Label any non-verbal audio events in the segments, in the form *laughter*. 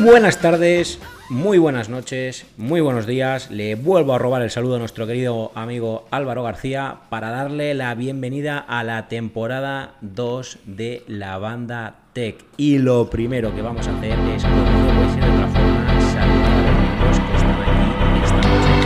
Buenas tardes, muy buenas noches, muy buenos días. Le vuelvo a robar el saludo a nuestro querido amigo Álvaro García para darle la bienvenida a la temporada 2 de la banda Tech. Y lo primero que vamos a hacer es, como no puede ser de otra forma, saludar a los que están aquí esta noche.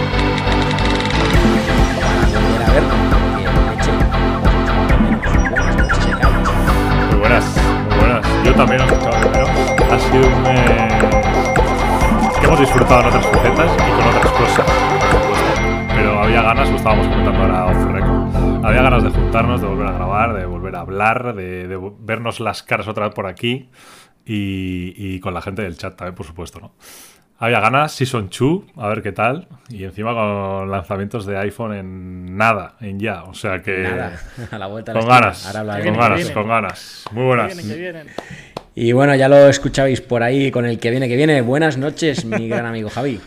Para volver a vernos, que me echen por lo menos buenas noches, Carlos. Muy buenas, muy buenas. Yo también lo he escuchado de menos. Ha sido un mes que hemos disfrutado en otras facetas y con otras cosas, por supuesto. Pero había ganas, lo estábamos comentando ahora off record, había ganas de juntarnos, de volver a grabar, de volver a hablar, de, de vo- vernos las caras otra vez por aquí y, y con la gente del chat también, por supuesto, ¿no? Había ganas, Season 2, a ver qué tal. Y encima con lanzamientos de iPhone en nada, en ya. O sea que... Nada, *laughs* a la vuelta de la Eh, Con esquina. ganas, Ahora con hablaremos. ganas, viene. con ganas. Muy buenas. Que vienen, que vienen. Y bueno, ya lo escuchabais por ahí con el que viene, que viene. Buenas noches, mi gran amigo Javi.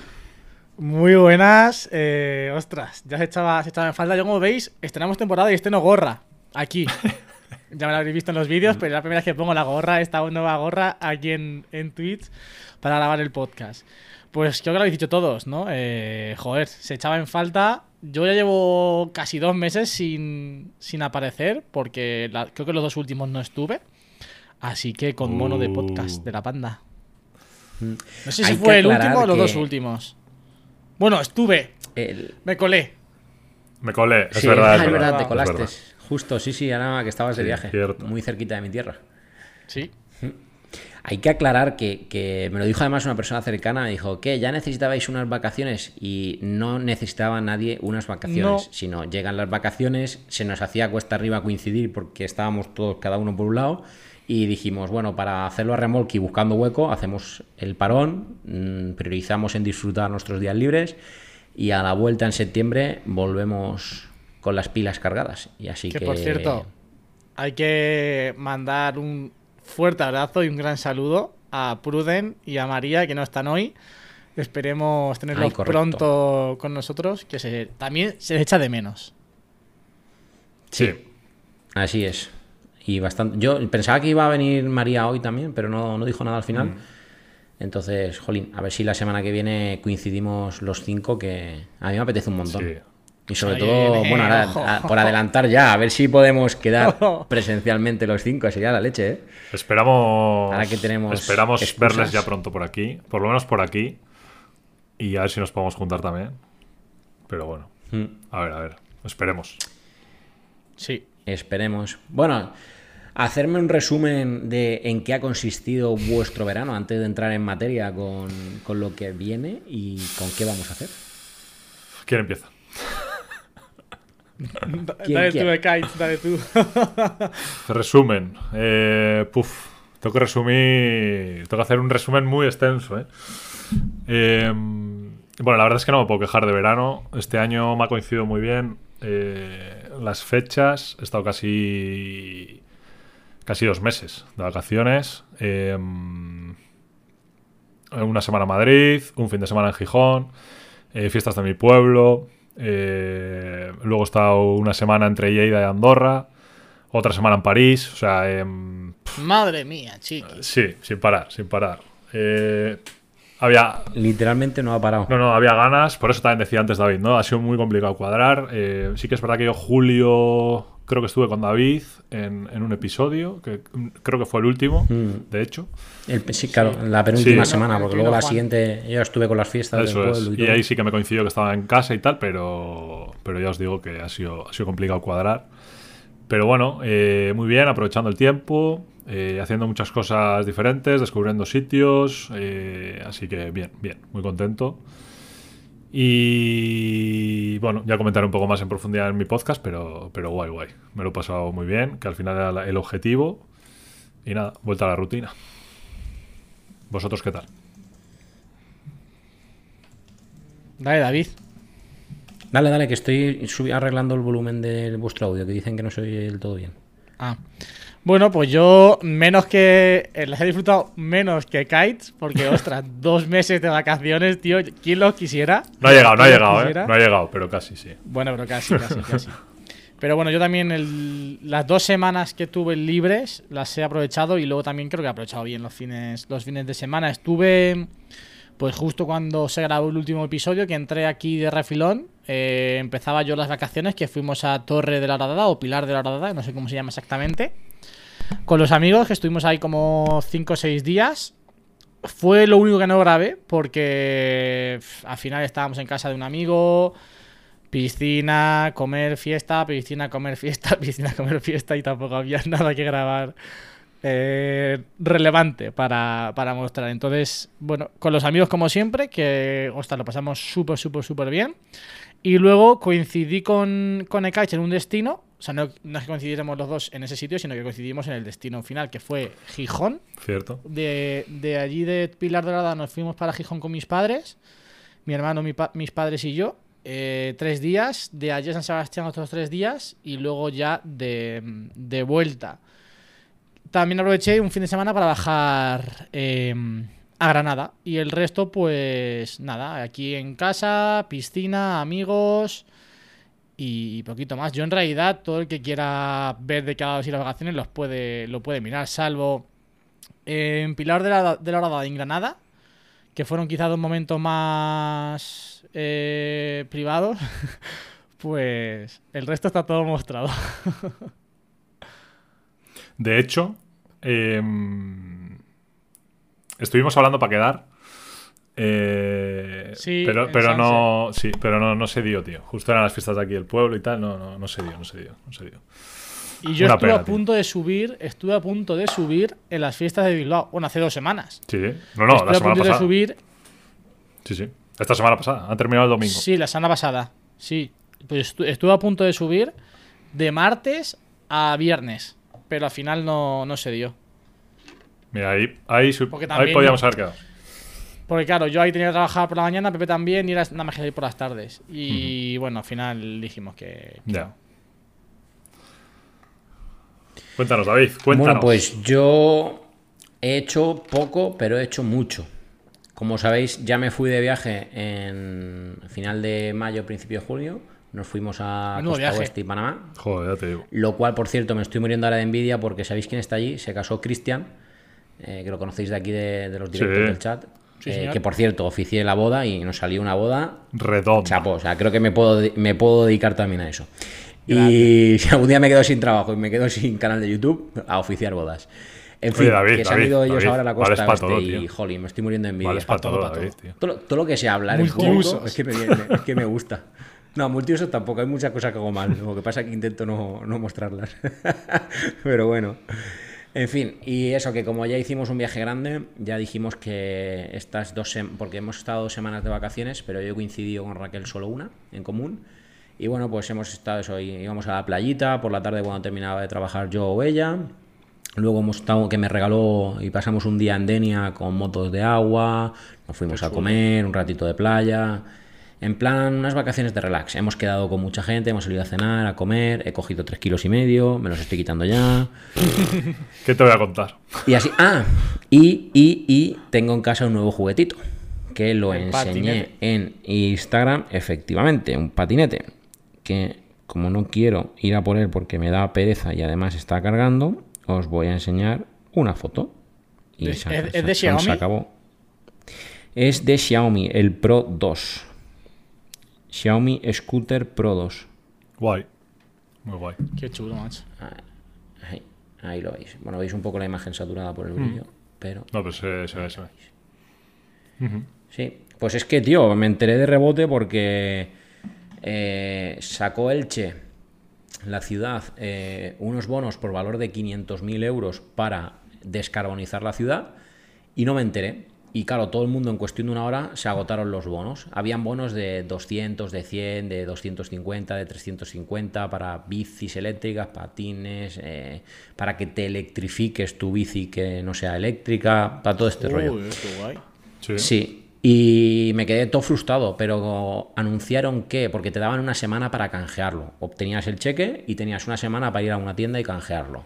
Muy buenas. eh, ostras, ya se estaba, se estaba en falta. Yo, como veis, estrenamos temporada y este no gorra. Aquí. ya me lo habréis visto en los vídeos, pero es la primera vez que pongo la gorra, esta nueva gorra, aquí en, en Twitch, para grabar el podcast. Pues creo que lo habéis dicho todos, ¿no? Eh, joder, se echaba en falta. Yo ya llevo casi dos meses sin, sin aparecer, porque la- creo que los dos últimos no estuve. Así que con mono de podcast Uh. de la panda. No sé Hay si que fue el aclarar último o los que- dos últimos. Bueno, estuve, El- me colé. Mm, Me colé, es Sí, verdad. ah, es verdad, te es colaste. verdad. Justo, sí, sí, ahora que estabas de Sí, viaje. cierto. Muy cerquita de mi tierra. Sí. Hay que aclarar que, que me lo dijo además una persona cercana, me dijo que ya necesitabais unas vacaciones y no necesitaba nadie unas vacaciones, No. sino llegan las vacaciones, se nos hacía cuesta arriba coincidir porque estábamos todos cada uno por un lado y dijimos, bueno, para hacerlo a remolque y buscando hueco, hacemos el parón, mm, priorizamos en disfrutar nuestros días libres y a la vuelta en septiembre volvemos con las pilas cargadas. Y así que, que, por cierto, hay que mandar un fuerte abrazo y un gran saludo a Pruden y a María que no están hoy. Esperemos tenerlos Ay, correcto. pronto con nosotros, que se, también se les echa de menos. Sí. Así es. Y bastante. Yo pensaba que iba a venir María hoy también, pero no, no dijo nada al final. Entonces, jolín, a ver si la semana que viene coincidimos los cinco, que a mí me apetece un montón. Sí. Y sobre Ay, todo, eh, bueno, ahora, ojo. a- por adelantar ya, a ver si podemos quedar *laughs* Ojo. presencialmente los cinco, sería la leche, ¿eh? Esperamos, Ahora que tenemos esperamos excusas. verles ya pronto por aquí, por lo menos por aquí. Y a ver si nos podemos juntar también. Pero bueno, Mm. a ver, a ver. Esperemos. Sí. Esperemos. Bueno, hacerme un resumen de en qué ha consistido vuestro verano antes de entrar en materia con, con lo que viene y con qué vamos a hacer. ¿Quién empieza? dale tú, quiere? Ekaich, *laughs* dale tú. Resumen. Eh, puf, tengo que resumir. Tengo que hacer un resumen muy extenso, ¿eh? Eh, Bueno, la verdad es que no me puedo quejar de verano. Este año me ha coincidido muy bien. eh, las fechas. He estado casi. casi dos meses de vacaciones. eh, una semana en Madrid, un fin de semana en Gijón, eh, fiestas de mi pueblo. eh, luego he estado una semana entre Lleida y Andorra otra semana en París, o sea, em, Madre mía, chicos. sí, sin parar, sin parar. Eh, había, Literalmente no ha parado. no, no, había ganas, por eso también decía antes David, ¿no? Ha sido muy complicado cuadrar. eh, sí que es verdad que yo julio creo que estuve con David en, en un episodio, que mm, creo que fue el último, Mm. de hecho. El- sí, claro, la penúltima Sí. semana, No, porque no, luego la Juan. siguiente yo estuve con las fiestas del Eso es. pueblo y Y, todo. ahí sí que me coincidió que estaba en casa y tal, pero, pero ya os digo que ha sido, ha sido complicado cuadrar. Pero bueno, eh, muy bien, aprovechando el tiempo, eh, haciendo muchas cosas diferentes, descubriendo sitios. eh, así que bien, bien, muy contento. Y bueno, ya comentaré un poco más en profundidad en mi podcast, pero, pero guay, guay. Me lo he pasado muy bien, que al final era la- el objetivo. Y nada, vuelta a la rutina. ¿Vosotros qué tal? Dale, David. Dale, dale, que estoy subi- arreglando el volumen de vuestro audio, que dicen que no se oye del todo bien. Ah. Bueno, pues yo menos que. eh, Las he disfrutado menos que Kites, porque ostras, *laughs* dos meses de vacaciones, tío. ¿Quién los quisiera? No ha llegado, no ha ¿Quién los llegado, ¿eh? quisiera? No ha llegado, pero casi sí. Bueno, pero casi, casi, casi. Pero bueno, yo también el- las dos semanas que tuve libres las he aprovechado y luego también creo que he aprovechado bien los fines, los fines de semana. Estuve, pues justo cuando se grabó el último episodio, que entré aquí de refilón, eh, empezaba yo las vacaciones, que fuimos a Torre de la Horadada o Pilar de la Horadada, no sé cómo se llama exactamente, con los amigos, que estuvimos ahí como 5 o 6 días. Fue lo único que no grabé, porque pf, al final estábamos en casa de un amigo, piscina, comer, fiesta, piscina, comer, fiesta, *laughs* piscina, comer, fiesta y tampoco había *laughs* nada que grabar eh, relevante para, para mostrar. Entonces, bueno, con los amigos como siempre, que, ostras, lo pasamos súper, súper, súper bien. Y luego coincidí con, con Ekaich en un destino, o sea, no, no es que coincidiéramos los dos en ese sitio, sino que coincidimos en el destino final, que fue Gijón. Cierto. De, de allí de Pilar Dorada nos fuimos para Gijón con mis padres, mi hermano, mi pa- mis padres y yo. eh, tres días, de allí a San Sebastián otros tres días y luego ya de, de vuelta. También aproveché un fin de semana para bajar eh, a Granada y el resto pues nada, aquí en casa, piscina, amigos y poquito más. Yo en realidad todo el que quiera ver de qué ha dado así las vacaciones los puede, lo puede mirar, salvo en Pilar de la, de la Horadada, en Granada, que fueron quizás dos momentos más eh, privados, *laughs* pues el resto está todo mostrado. *laughs* De hecho, eh, estuvimos hablando para quedar. eh, Sí, pero, en pero no sí pero no, no se dio tío justo eran las fiestas de aquí del pueblo y tal no no, no se dio no se dio no se dio Y yo Una estuve pena, a tío. punto de subir, estuve a punto de subir en las fiestas de Bilbao, bueno, hace dos semanas. sí no no la estuve a semana punto pasada de subir, sí sí esta semana pasada ha terminado el domingo sí, la semana pasada, sí. Pues estu- estuve a punto de subir de martes a viernes, pero al final no, no se dio. mira ahí ahí, su- Porque ahí también- podíamos haber quedado Porque claro, yo ahí tenía que trabajar por la mañana, Pepe también, y era nada más que salir por las tardes. Y bueno, al final dijimos que... que ya no. cuéntanos David cuéntanos Bueno, pues yo he hecho poco, pero he hecho mucho. Como sabéis, ya me fui de viaje en final de mayo, principio de junio. Nos fuimos a Menudo Costa Ah, viaje. Oeste y Panamá. joder ya te digo Lo cual, por cierto, me estoy muriendo ahora de envidia porque sabéis quién está allí. Se casó Cristian, eh, que lo conocéis de aquí de, de los directos Sí. del chat. Sí, Eh, señor. que, por cierto, oficié la boda y nos salió una boda redondo Chapo, o sea, creo que me puedo, de- me puedo dedicar también a eso. Y *laughs* si algún día me quedo sin trabajo y me quedo sin canal de YouTube, a oficiar bodas. En Oye, fin, David, que se David, han ido ellos David, ahora a la vales costa pa' oeste todo, y, tío. jolly, me estoy muriendo de envidia. vale es para todo, pa' todo. David, tío Todo, todo lo que sea hablar en Multiusos. público es que me, viene- es que me gusta. No, multiusos tampoco, hay muchas cosas que hago mal. Lo que pasa es que intento no, no mostrarlas. *laughs* Pero bueno. En fin, y eso que como ya hicimos un viaje grande, ya dijimos que estas dos semanas, porque hemos estado dos semanas de vacaciones, pero yo he coincidido con Raquel solo una en común. Y bueno, pues hemos estado eso, y íbamos a la playita por la tarde cuando terminaba de trabajar yo o ella. Luego hemos estado que me regaló y pasamos un día en Denia con motos de agua, nos fuimos a comer, un ratito de playa. En plan, unas vacaciones de relax. Hemos quedado con mucha gente, hemos salido a cenar, a comer, he cogido tres kilos y medio, me los estoy quitando ya. qué te voy a contar Y así, ah, y, y, y tengo en casa un nuevo juguetito que lo El enseñé patinete. en Instagram, efectivamente, un patinete que como no quiero ir a por él porque me da pereza y además está cargando, os voy a enseñar una foto. Y ¿Es- san- es- es san- san- se de Xiaomi? acabó. Es de Xiaomi, el Pro 2. Xiaomi Scooter Pro 2. guay muy guay Qué chulo, macho. Ahí, ahí lo veis. Bueno, veis un poco la imagen saturada por el Mm. brillo, pero no pero se, se ve se ve Sí, pues es que, tío, me enteré de rebote porque eh, sacó Elche, la ciudad, eh, unos bonos por valor de 500.000 euros para descarbonizar la ciudad y no me enteré. Y claro, todo el mundo en cuestión de una hora se agotaron los bonos. Habían bonos de 200, de 100, de 250, de 350 para bicis eléctricas, patines, eh, para que te electrifiques tu bici que no sea eléctrica, para todo este rollo. Uy, qué guay. sí, Sí. Y me quedé todo frustrado, pero anunciaron que, porque te daban una semana para canjearlo. Obtenías el cheque y tenías una semana para ir a una tienda y canjearlo.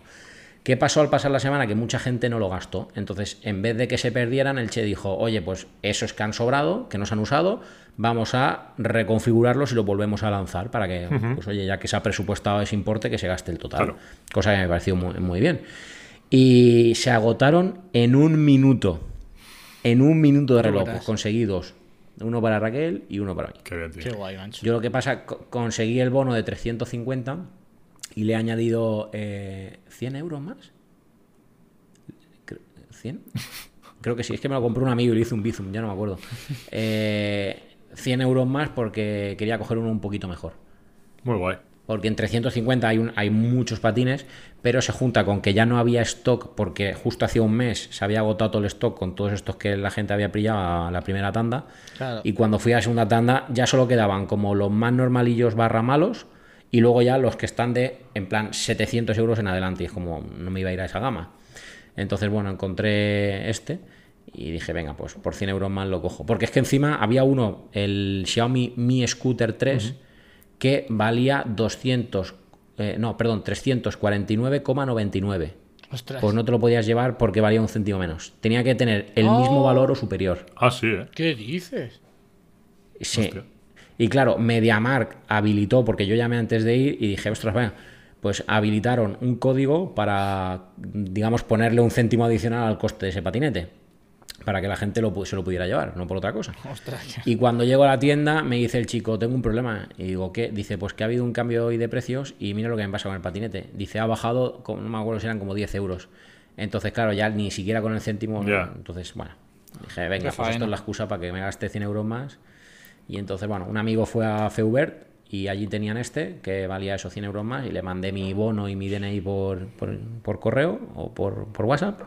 ¿Qué pasó al pasar la semana? Que mucha gente no lo gastó. Entonces, en vez de que se perdieran, el Che dijo, oye, pues esos que han sobrado, que nos han usado, vamos a reconfigurarlos y los volvemos a lanzar para que, pues oye, ya que se ha presupuestado ese importe, que se gaste el total. Claro. Cosa que me pareció muy, muy bien. Y se agotaron en un minuto. En un minuto de reloj. verás. conseguidos. Uno para Raquel y uno para mí. Qué bien, tío. Qué guay, mancho. Yo lo que pasa, co- conseguí el bono de 350 y le he añadido eh, 100 euros más. Cre- ¿100? Creo que sí, es que me lo compró un amigo y le hice un bizum, ya no me acuerdo. Eh, 100 euros más porque quería coger uno un poquito mejor. Muy guay. Porque en 350 hay, un- hay muchos patines, pero se junta con que ya no había stock, porque justo hacía un mes se había agotado todo el stock con todos estos que la gente había pillado a la primera tanda. Claro. Y cuando fui a la segunda tanda ya solo quedaban como los más normalillos barra malos y luego ya los que están de, en plan, 700 euros en adelante. Y es como, no me iba a ir a esa gama. Entonces, bueno, encontré este y dije, venga, pues por 100 euros más lo cojo. Porque es que encima había uno, el Xiaomi Mi Scooter 3, que valía 200, eh, no, perdón, 349,99. Ostras. Pues no te lo podías llevar porque valía un céntimo menos. Tenía que tener el mismo Oh. valor o superior. Ah, sí, ¿eh? ¿Qué dices? Sí. Hostia. Y claro, MediaMark habilitó, porque yo llamé antes de ir y dije, ostras, vaya, pues habilitaron un código para, digamos, ponerle un céntimo adicional al coste de ese patinete, para que la gente lo, pu- se lo pudiera llevar, no por otra cosa. Ostras. qué- Y cuando llego a la tienda me dice el chico, tengo un problema. Y digo, ¿qué? Dice, pues que ha habido un cambio hoy de precios y mira lo que me pasa con el patinete. Dice, ha bajado, con- no me acuerdo si eran como 10 euros. Entonces, claro, ya ni siquiera con el céntimo. Ya. Entonces, bueno, dije, venga, pues faena. esto es la excusa para que me gaste 100 euros más. Y entonces, bueno, un amigo fue a Feubert y allí tenían este que valía esos 100 euros más y le mandé mi bono y mi DNI por, por, por correo o por, por WhatsApp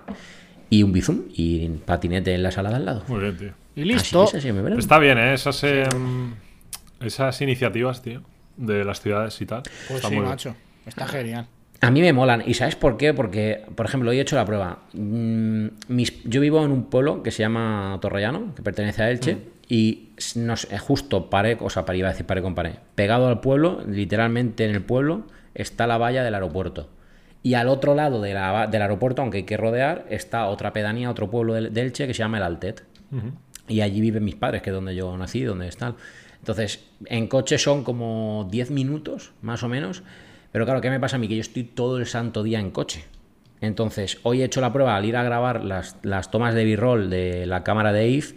y un bizum y patinete en la sala de al lado. Muy bien, tío. Y Así listo. es, así es mi verano. Está bien, ¿eh? Esas, em, esas iniciativas, tío, de las ciudades y tal. Pues está sí, muy bien. macho. Ah, Está genial. A mí me molan. ¿Y sabes por qué? Porque, por ejemplo, hoy he hecho la prueba. Mm, mis- yo vivo en un pueblo que se llama Torrellano, que pertenece a Elche, y s- nos, eh, justo paré, o sea, paré, iba a decir paré con paré, pegado al pueblo, literalmente en el pueblo, está la valla del aeropuerto. Y al otro lado de la va- del aeropuerto, aunque hay que rodear, está otra pedanía, otro pueblo de, de Elche que se llama El Altet. Y allí viven mis padres, que es donde yo nací, donde están. Entonces, en coche son como 10 minutos, más o menos. Pero claro, ¿qué me pasa a mí? Que yo estoy todo el santo día en coche. Entonces, hoy he hecho la prueba al ir a grabar las, las tomas de B-roll de la cámara de IF,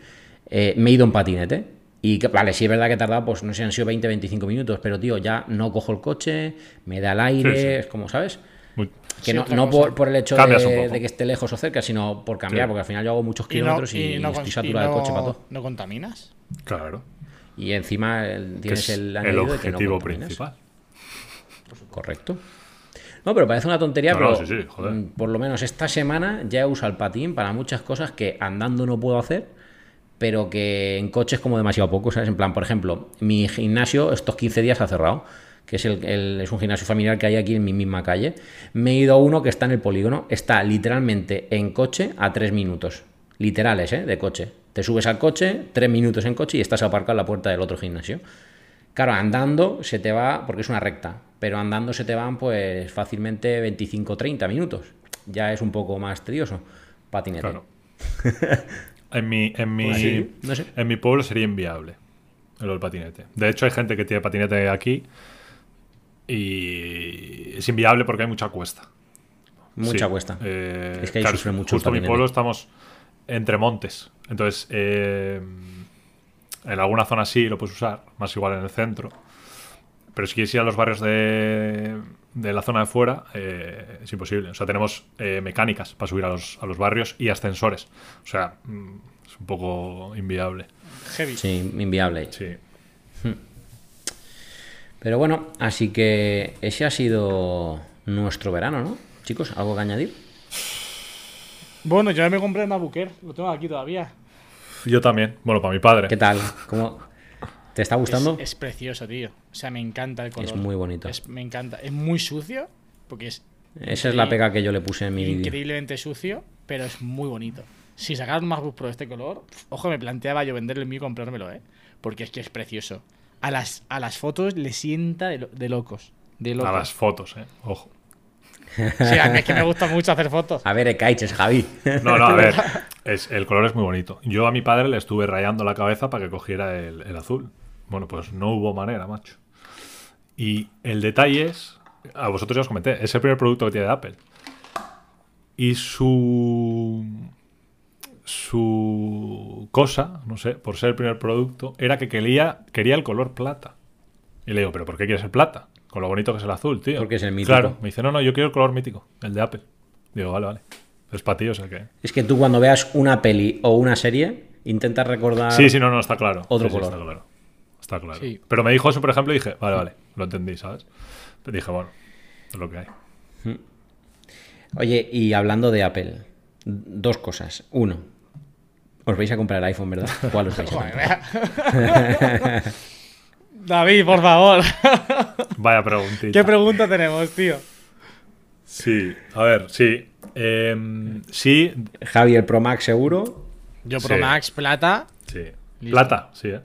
eh, me he ido en patinete. Y que- vale, sí es verdad que he tardado, pues no sé, han sido 20, 25 minutos, pero tío, ya no cojo el coche, me da el aire, Sí, sí. es como, ¿sabes? Muy- Que Sí, no, otra no cosa. por, por el hecho Cambias un de, poco. de que esté lejos o cerca, sino por cambiar, Sí. porque al final yo hago muchos kilómetros y, no estoy cons- saturado no- del coche para todo. ¿No contaminas? Claro. Y encima el- Que tienes es el el, añadido de que no objetivo contaminas. principal. Correcto. No, pero parece una tontería, No, pero no, sí, sí, joder. mm, por lo menos esta semana ya he usado el patín para muchas cosas que andando no puedo hacer, pero que en coche es como demasiado poco, ¿sabes? En plan, por ejemplo, mi gimnasio estos 15 días ha cerrado, que es, el, el- es un gimnasio familiar que hay aquí en mi misma calle. Me he ido a uno que está en el polígono, está literalmente en coche a 3 minutos, literales, ¿eh? De coche. Te subes al coche, 3 minutos en coche y estás aparcado en la puerta del otro gimnasio. Claro, andando se te va, porque es una recta, pero andando se te van pues fácilmente 25-30 minutos. Ya es un poco más tedioso. Patinete. Claro. *laughs* En mi, en, mi, Pues sí, no sé. en mi pueblo sería inviable el del patinete. De hecho, hay gente que tiene patinete aquí y es inviable porque hay mucha cuesta. Mucha Sí. cuesta. Eh, Es que ahí claro, sufre mucho el ¿eh? Justo en mi patinete. pueblo estamos entre montes. Entonces, eh, en alguna zona sí lo puedes usar, más igual en el centro. Pero si quieres ir a los barrios de, de la zona de fuera, eh, es imposible. O sea, tenemos eh, mecánicas para subir a los, a los barrios y ascensores. O sea, mm, es un poco inviable. Heavy. Sí, inviable. Sí. Pero bueno, así que ese ha sido nuestro verano, ¿no? Chicos, ¿algo que añadir? Bueno, yo me compré el Mabuquer. Lo tengo aquí todavía. Yo también. Bueno, para mi padre. ¿Qué tal? ¿Cómo? ¿Te está gustando? Es, es precioso, tío. O sea, me encanta el color. Es muy bonito. Es- me encanta. Es muy sucio, porque es Esa es la increíble- pega que yo le puse en mi vídeo. increíblemente sucio, pero es muy bonito. Si sacaran un MacBook Pro de este color, pf, ojo, me planteaba yo venderle el mío y comprármelo, ¿eh? Porque es que es precioso. A las, a las fotos le sienta de, lo- de locos. De A locos. las fotos, eh. Ojo. Sí, a mí es que me gusta mucho *laughs* hacer fotos. *laughs* A ver, Ekaiches, Javi. *laughs* No, no, a ver. es- el color es muy bonito. Yo a mi padre le estuve rayando la cabeza para que cogiera el, el azul. Bueno, pues no hubo manera, macho. Y el detalle es, a vosotros ya os comenté, es el primer producto que tiene de Apple. Y su. Su cosa, no sé, por ser el primer producto, era que quería, quería el color plata. Y le digo, ¿pero por qué quieres el plata? Con lo bonito que es el azul, tío. Porque es el mítico. Claro, me dice, no, no, yo quiero el color mítico, el de Apple. Digo, vale, vale. Es para ti, o sea que. Es que tú cuando veas una peli o una serie, intentas recordar... Sí, sí, no, no, está claro. Ah, Otro Sí, sí, color. está claro. Está claro. Sí. Pero me dijo eso, por ejemplo, y dije, vale, vale, lo entendí, ¿sabes? Pero dije, bueno, es lo que hay. Oye, y hablando de Apple, dos cosas. Uno, os vais a comprar el iPhone, *laughs* ¿verdad? ¿Cuál os vais a comprar? David, *laughs* por favor. Vaya preguntita. ¿Qué pregunta tenemos, tío? sí, a ver, sí. Em, sí, Javi, el Pro Max seguro. Yo Sí. Pro Max, plata. sí. Listo. Plata, sí, ¿eh?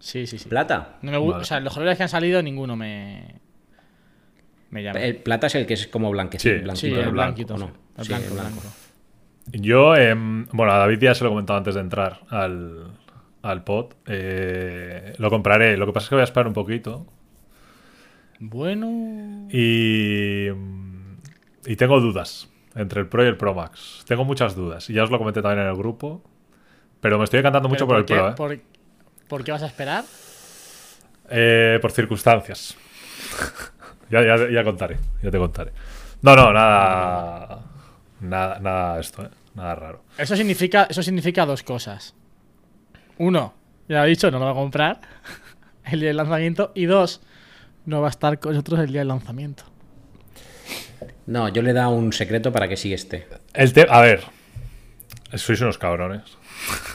Sí, sí, sí. Plata. No me gu- Vale. O sea, los colores que han salido, ninguno me. Me llama. El plata es el que es como blanquecito. Sí, sí, blanquito, el ¿no? blanquito. ¿O no? sí. El Sí, blanco, el blanco. blanco. Yo, em, bueno, a David ya se lo he comentado antes de entrar al, al pod. Eh, lo compraré. Lo que pasa es que voy a esperar un poquito. Bueno. Y, y tengo dudas entre el Pro y el Pro Max. Tengo muchas dudas. Y ya os lo comenté también en el grupo. Pero me estoy encantando mucho ¿Pero por el qué, Pro, ¿eh? Por... por- ¿Por qué vas a esperar? Eh, por circunstancias. *laughs* ya, ya, ya contaré. Ya te contaré. No, no, nada. Nada, nada esto, ¿eh? Nada raro. Eso significa, eso significa dos cosas. Uno, ya lo he dicho, no lo va a comprar *laughs* el día del lanzamiento. Y dos, no va a estar con nosotros el día del lanzamiento. No, yo le he dado un secreto para que sí esté. El te- a ver. Sois unos cabrones.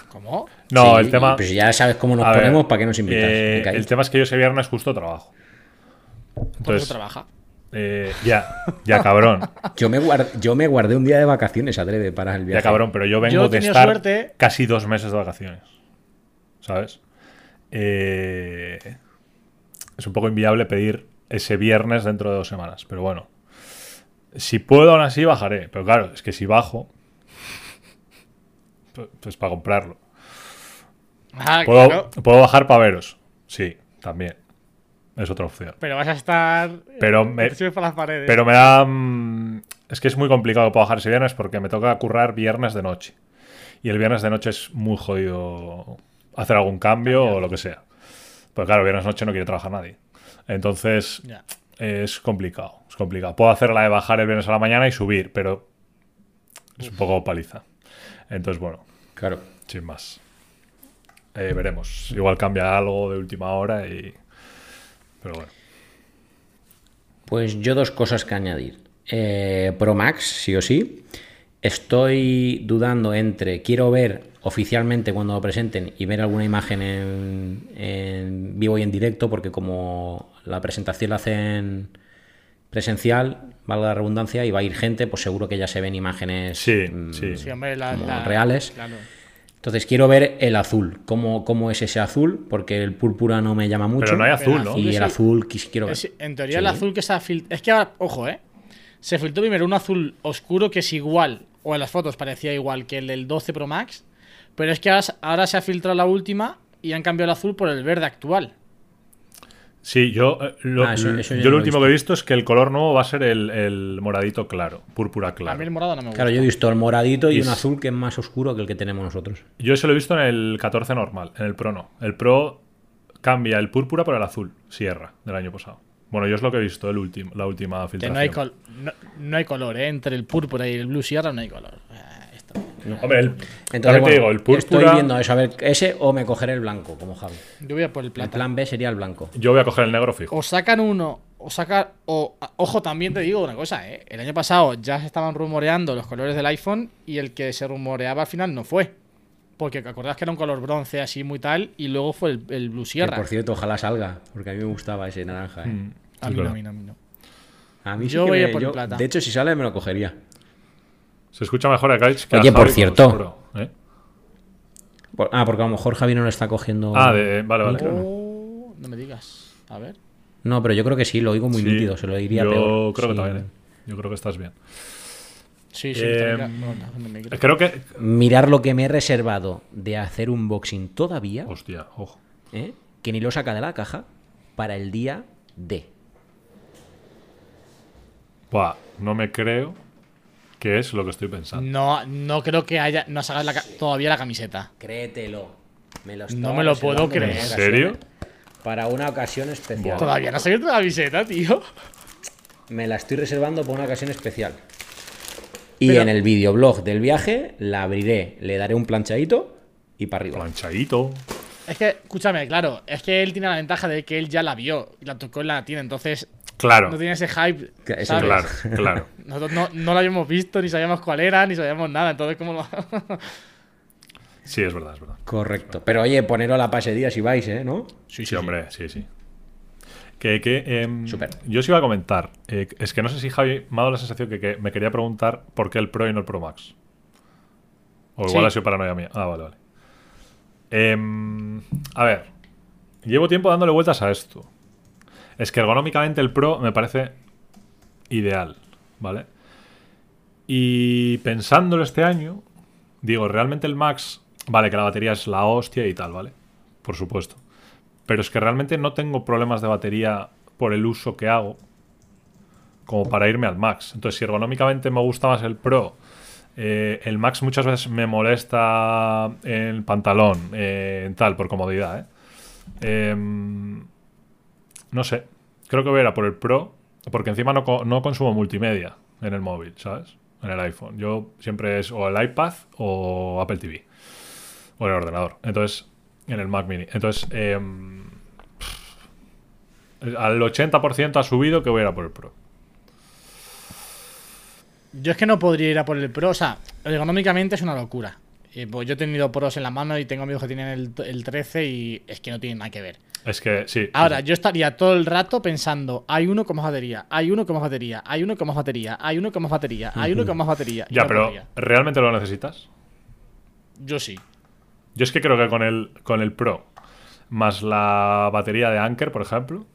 ¿Cómo? No, Sí, el tema. Pues ya sabes cómo nos a ver, ponemos, ¿para qué nos invitas? eh, Venga, ahí. el tema es que yo ese viernes justo trabajo. Por Entonces, eso trabaja. eh, ya, ya cabrón. Yo, me guard- yo me guardé un día de vacaciones, atreve, para el viaje. Ya cabrón, pero yo vengo Yo he de tenido estar suerte. casi dos meses de vacaciones. ¿Sabes? Eh, es un poco inviable pedir ese viernes dentro de dos semanas, pero bueno. Si puedo aún así bajaré, pero claro, es que si bajo, pu- pues para comprarlo. Ah, Puedo, claro. puedo bajar para veros, sí, también. Es otra opción. Pero vas a estar. Pero me- te subes por las paredes. Pero me da. mm, es que es muy complicado para bajar ese viernes porque me toca currar viernes de noche. Y el viernes de noche es muy jodido hacer algún cambio o lo que sea. Pues claro, viernes noche no quiere trabajar nadie. Entonces Ya. eh, es complicado. Es complicado. Puedo hacer la de bajar el viernes a la mañana y subir, pero es un poco paliza. Entonces, bueno, Claro. sin más. Eh, veremos. Igual cambia algo de última hora y. Pero bueno. Pues yo dos cosas que añadir. Eh, Pro Max, sí o sí. Estoy dudando entre, quiero ver oficialmente cuando lo presenten y ver alguna imagen en, en vivo y en directo, porque como la presentación la hacen presencial, valga la redundancia, y va a ir gente, pues seguro que ya se ven imágenes Sí, mm, sí. Sí, hombre, la- como la- reales. claro. Entonces quiero ver el azul, cómo, cómo es ese azul, porque el púrpura no me llama mucho. Pero no hay azul, Pero ¿no? azul Y es el el- azul quis- quiero ver. Es- en teoría, Sí. el azul que se ha filtrado. Es que ahora, ojo, eh. Se filtró primero un azul oscuro que es igual, o en las fotos parecía igual que el del 12 Pro Max. Pero es que ahora, ahora se ha filtrado la última y han cambiado el azul por el verde actual. Sí, yo, eh, lo, Ah, eso- eso yo ya lo, lo he último que he visto es que el color nuevo va a ser el, el moradito claro, púrpura A mí el claro. morado no me gusta. Claro, yo he visto el moradito y, Y un s- azul que es más oscuro que el que tenemos nosotros. Yo eso lo he visto en el 14 normal, en el Pro no. El Pro cambia el púrpura por el azul, Sierra, del año pasado. Bueno, yo es lo que he visto, el último, la última Que filtración. no hay, col- no, no hay color, ¿eh? Entre el púrpura y el blue sierra no hay color. Ah, esto. Hombre, el, Entonces, también te bueno, digo, el púrpura... estoy viendo eso, a ver, ese o me cogeré el blanco, como Javi. Yo voy a por el El plata. plan B sería el blanco. Yo voy a coger el negro fijo. O sacan uno, o sacan. O, a- ojo, también te digo una cosa, ¿eh? El año pasado ya se estaban rumoreando los colores del iPhone y el que se rumoreaba al final no fue. Porque ¿te acordás que era un color bronce así muy tal y luego fue el, el Blue Que, Sierra. por cierto, ojalá salga, porque a mí me gustaba ese naranja. ¿eh? Mm, a sí, mí no, claro. a mí no, a mí no. A mí sí Yo que voy a me- por el yo- plata. De hecho, si sale, me lo cogería. Se escucha mejor a Kaich que a Oye, por Javi con cierto. los Pro, ¿eh? Por- ah, porque a lo mejor Javi no lo está cogiendo. Ah, de- vale, vale. Oh, no me digas. A ver. No, pero yo creo que sí, lo oigo muy Sí, nítido, se lo diría yo peor. creo que Sí. también, ¿eh? Yo creo que estás bien. Sí, sí. Eh, está bien. Bueno, no me creo. Creo que. Mirar lo que me he reservado de hacer un boxing todavía, Hostia, ojo. ¿eh? que ni lo saca de la caja, para el día D. Buah, no me creo que es lo que estoy pensando. No, no creo que haya. No has sacado la ca- todavía la camiseta. Créetelo. Me lo No estaba me lo puedo reservando para creer. una ¿En ocasión, serio? ¿eh? Para una ocasión especial. Todavía no has salido la camiseta, tío. Me la estoy reservando para una ocasión especial. Y Pero- en el videoblog del viaje la abriré, le daré un planchadito y para arriba. Planchadito. Es que, escúchame, claro, es que él tiene la ventaja de que él ya la vio y la tocó en la tienda, entonces Claro. no tiene ese hype. Que eso ¿sabes? Claro, claro. Nosotros no, no lo habíamos visto, ni sabíamos cuál era, ni sabíamos nada, entonces, ¿cómo lo.? *laughs* Sí, es verdad, es verdad. Correcto. Pero oye, poneros la pasería si vais, ¿eh? ¿No? Sí, hombre, sí, sí. Que, que, em, Súper. Yo os iba a comentar. eh, es que no sé si Javi me ha dado la sensación que, que me quería preguntar por qué el Pro y no el Pro Max. O igual Sí. ha sido paranoia mía. Ah, vale, vale. Em, a ver. Llevo tiempo dándole vueltas a esto. Es que ergonómicamente el Pro me parece ideal, ¿vale? Y pensándolo este año, digo, realmente el Max, vale, que la batería es la hostia y tal, ¿vale? Por supuesto. Pero es que realmente no tengo problemas de batería por el uso que hago como para irme al Max. Entonces, si ergonómicamente me gusta más el Pro, eh, el Max muchas veces me molesta el pantalón, eh, en tal, por comodidad, ¿eh? Em, no sé. Creo que voy a ir a por el Pro, porque encima no, co- no consumo multimedia en el móvil, ¿sabes? En el iPhone. Yo siempre es o el iPad o Apple TV. O el ordenador. Entonces, en el Mac Mini. Entonces, em, pff, al 80% ha subido que voy a ir a por el Pro. Yo es que no podría ir a por el Pro, o sea, económicamente es una locura. Eh, pues yo he tenido pros en la mano y tengo amigos que tienen el, el 13 y es que no tienen nada que ver. Es que, sí. Ahora, yo estaría todo el rato pensando, hay uno con más batería, hay uno con más batería, hay uno con más batería, hay uno con más batería, hay uno con más batería. y Ya, no pero podría. ¿realmente lo necesitas? Yo sí. Yo es que creo que con el, con el Pro más la batería de Anker, por ejemplo,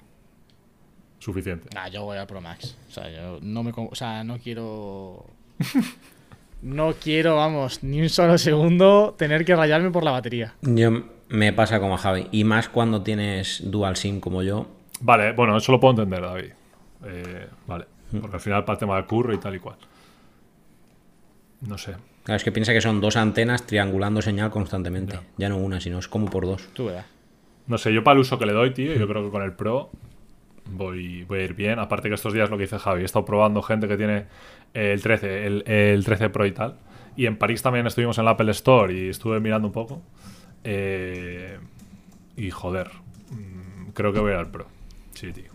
suficiente. Nah, Ah, yo voy a Pro Max. O sea, yo no me. con- O sea, no quiero. *laughs* No quiero, vamos, ni un solo segundo tener que rayarme por la batería. Yo me pasa como a Javi. Y más cuando tienes dual SIM como yo. Vale, bueno, eso lo puedo entender, David. Eh, vale. Porque al final para el tema de curro y tal y cual. No sé. Claro, es que piensa que son dos antenas triangulando señal constantemente. Ya no una, sino es como por dos. Tú verás. No sé, yo para el uso que le doy, tío, Hmm. yo creo que con el Pro voy, voy a ir bien. Aparte que estos días lo que dice Javi, he estado probando gente que tiene eh, el 13, el, el 13 Pro y tal. Y en París también estuvimos en la Apple Store y estuve mirando un poco. Eh, y joder, mm, creo que voy a ir al Pro. Sí, tío.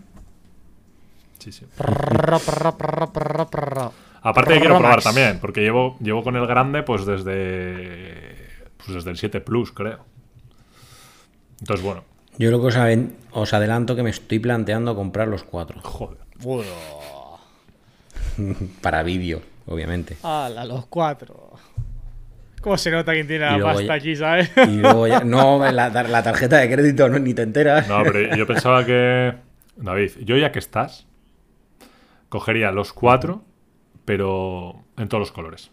Sí, sí. Prrr, prrr, prrr, prrr, prrr. Aparte que quiero Pro probar Max. también, porque llevo, llevo con el grande pues desde pues desde el 7 Plus, creo. Entonces, bueno, Yo lo que os, aven- os adelanto que me estoy planteando comprar los cuatro. joder. Udo. Para vídeo, obviamente. Ala, los cuatro. ¿Cómo se nota quién tiene Y la luego pasta ya- aquí, sabes? Y luego ya- No, la, tar- la tarjeta de crédito no, ni te enteras. No, pero yo pensaba que David, yo ya que estás cogería los cuatro, pero en todos los colores.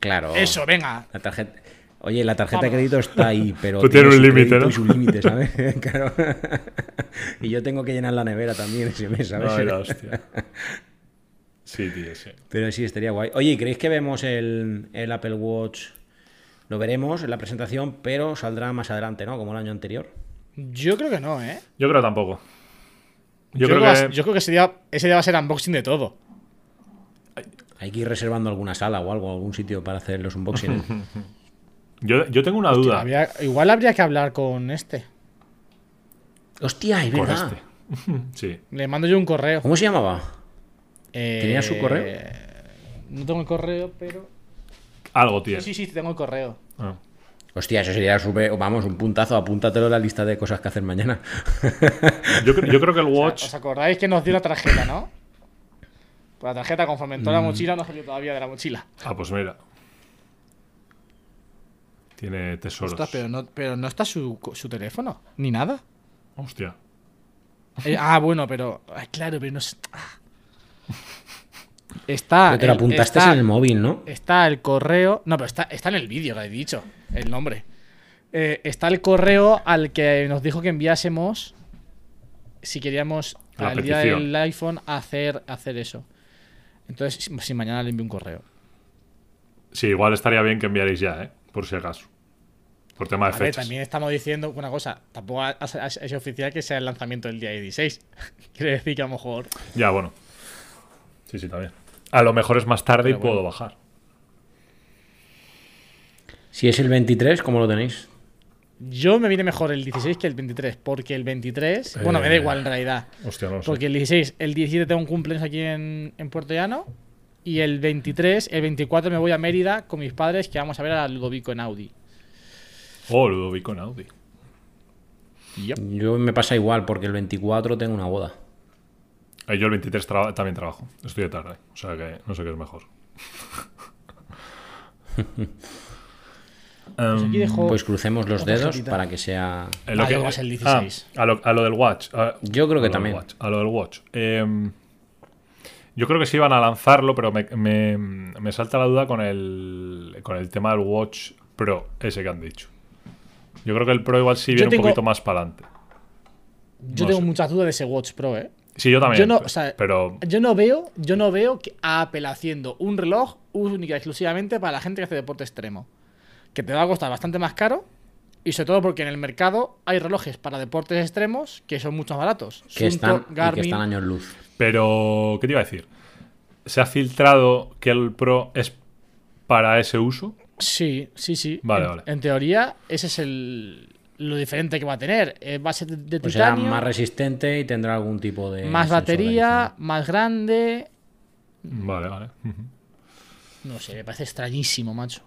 Claro. Eso, venga. La tarjeta. Oye, la tarjeta de Vamos. crédito está ahí, *laughs* pero. Pues tiene su un límite, crédito ¿no? Y su límite, ¿sabes? *laughs* *laughs* claro. y yo tengo que llenar la nevera también ese mes, ¿sabes? Ay, la hostia. *laughs* Sí, tío, sí. *laughs* pero sí, estaría guay. Oye, ¿y ¿creéis que vemos el, el Apple Watch? Lo veremos en la presentación, pero saldrá más adelante, ¿no? Como el año anterior. Yo creo que no, ¿eh? Yo creo tampoco. Yo, creo, va a- que, yo creo que ese día, ese día va a ser unboxing de todo. Hay que ir reservando alguna sala o algo, algún sitio para hacer los unboxings. *laughs* yo, yo tengo una duda Habría- igual habría que hablar con este. Hostia, es Ah. con verdad. este. *laughs* Sí. Le mando yo un correo. ¿Cómo se llamaba? ¿Tenía su Eh, correo? No tengo el correo, pero. Algo tiene. Sí, sí, sí, tengo el correo. Ah. Hostia, eso sería súper. Vamos, un puntazo. Apúntatelo a la lista de cosas que hacer mañana. Yo, cre- yo creo que *laughs* el Watch ¿Os acordáis que nos dio una tarjeta, no? Pues la tarjeta, conforme entró la mochila, no salió todavía de la mochila. Ah, pues mira. Tiene tesoros. Ostras, pero no, pero no está su, su teléfono, ni nada. Hostia. Eh, ah, bueno, pero. ah, claro, pero no sé. ah. Está. Pero te lo el- apuntaste está- en el móvil, ¿no? Está el correo. No, pero está, está en el vídeo que he dicho, el nombre. Eh, está el correo al que nos dijo que enviásemos si queríamos La al día petición. del iPhone hacer, hacer eso. Entonces, si- si mañana le envío un correo. Sí, igual estaría bien que enviaréis ya, ¿eh? Por si acaso. Por tema de A ver, fechas. también estamos diciendo una cosa. Tampoco ha- ha- es oficial que sea el lanzamiento del día 16. *laughs* Quiere decir que a lo mejor. Ya, bueno. Sí, sí, también. A lo mejor es más tarde y Pero bueno. puedo bajar. Si es el 23, ¿cómo lo tenéis? Yo me viene mejor el 16 que el 23. Porque el 23. Bueno, me da Eh, igual en realidad. Hostia, no lo sé. Porque el 16, el 17 tengo un cumpleaños aquí en, en Puerto Llano. Y el 23, el 24 me voy a Mérida con mis padres que vamos a ver a Ludovico en Audi. Oh, Ludovico en Audi. Yo me pasa igual, porque el 24 tengo una boda. Eh, Yo el 23 traba- también trabajo. Estoy de tarde. O sea que no sé qué es *laughs* mejor. Em, Pues aquí dejo. Pues crucemos los Otra dedos jetita. para que sea. Eh, lo Ah, que- yo creo que es el ah, 16. a, lo, a lo del Watch. ah, a- Yo creo a que lo del también. Watch, a lo del Watch. Eh, yo creo que sí iban a lanzarlo, pero me, me- me salta la duda con el, con el tema del Watch Pro, ese que han dicho. Yo creo que el Pro igual sí viene tengo- un poquito más para adelante. yo no tengo sé. muchas dudas de ese Watch Pro, ¿eh? Sí, yo también. Yo no, o sea, pero yo no veo, yo no veo que a Apple haciendo un reloj única y exclusivamente para la gente que hace deporte extremo. Que te va a costar bastante más caro. Y sobre todo porque en el mercado hay relojes para deportes extremos que son mucho más baratos. Que Sunto, están, y que Garmin, están años luz. Pero, ¿qué te iba a decir? ¿Se ha filtrado que el Pro es para ese uso? Sí, sí, sí. Vale, en, vale. en teoría, ese es el lo diferente que va a tener. Eh, va a ser de, de O sea, titanio, Pues más más, resistente y tendrá algún tipo de. sensor de batería, adicional. más grande. Vale, vale. Ujú. No sé, me parece extrañísimo, macho.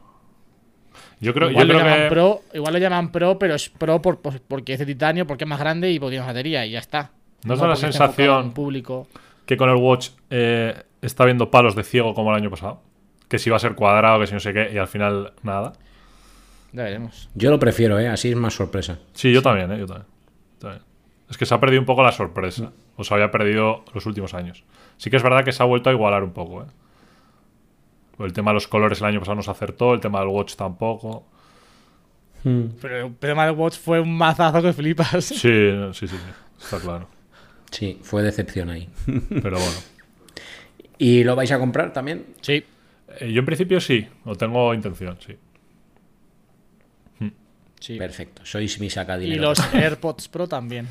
Yo creo, yo igual, lo creo llaman que. pro, igual lo llaman pro, pero es pro por- por- porque es de titanio, porque es más grande y porque tiene más batería y ya está. ¿No os da la porque esté enfocado sensación- en público. que con el Watch eh, está viendo palos de ciego como el año pasado. Que si va a ser cuadrado, que si no sé qué, y al final nada. Ya veremos. Yo lo prefiero, ¿eh? Así es más sorpresa. Sí, yo también, ¿eh? Yo también. También. Es que se ha perdido un poco la sorpresa. O se había perdido los últimos años. Sí que es verdad que se ha vuelto a igualar un poco, ¿eh? El tema de los colores el año pasado no se acertó, el tema del Watch tampoco. Pero el tema del Watch fue un mazazo que flipas. Sí, no, sí, sí, sí, está claro. Sí, fue decepción ahí. Pero bueno. ¿Y lo vais a comprar también? Sí. Eh, yo en principio sí, o tengo intención, sí. sí. Perfecto, sois mi Y sacadinero. los AirPods Pro también.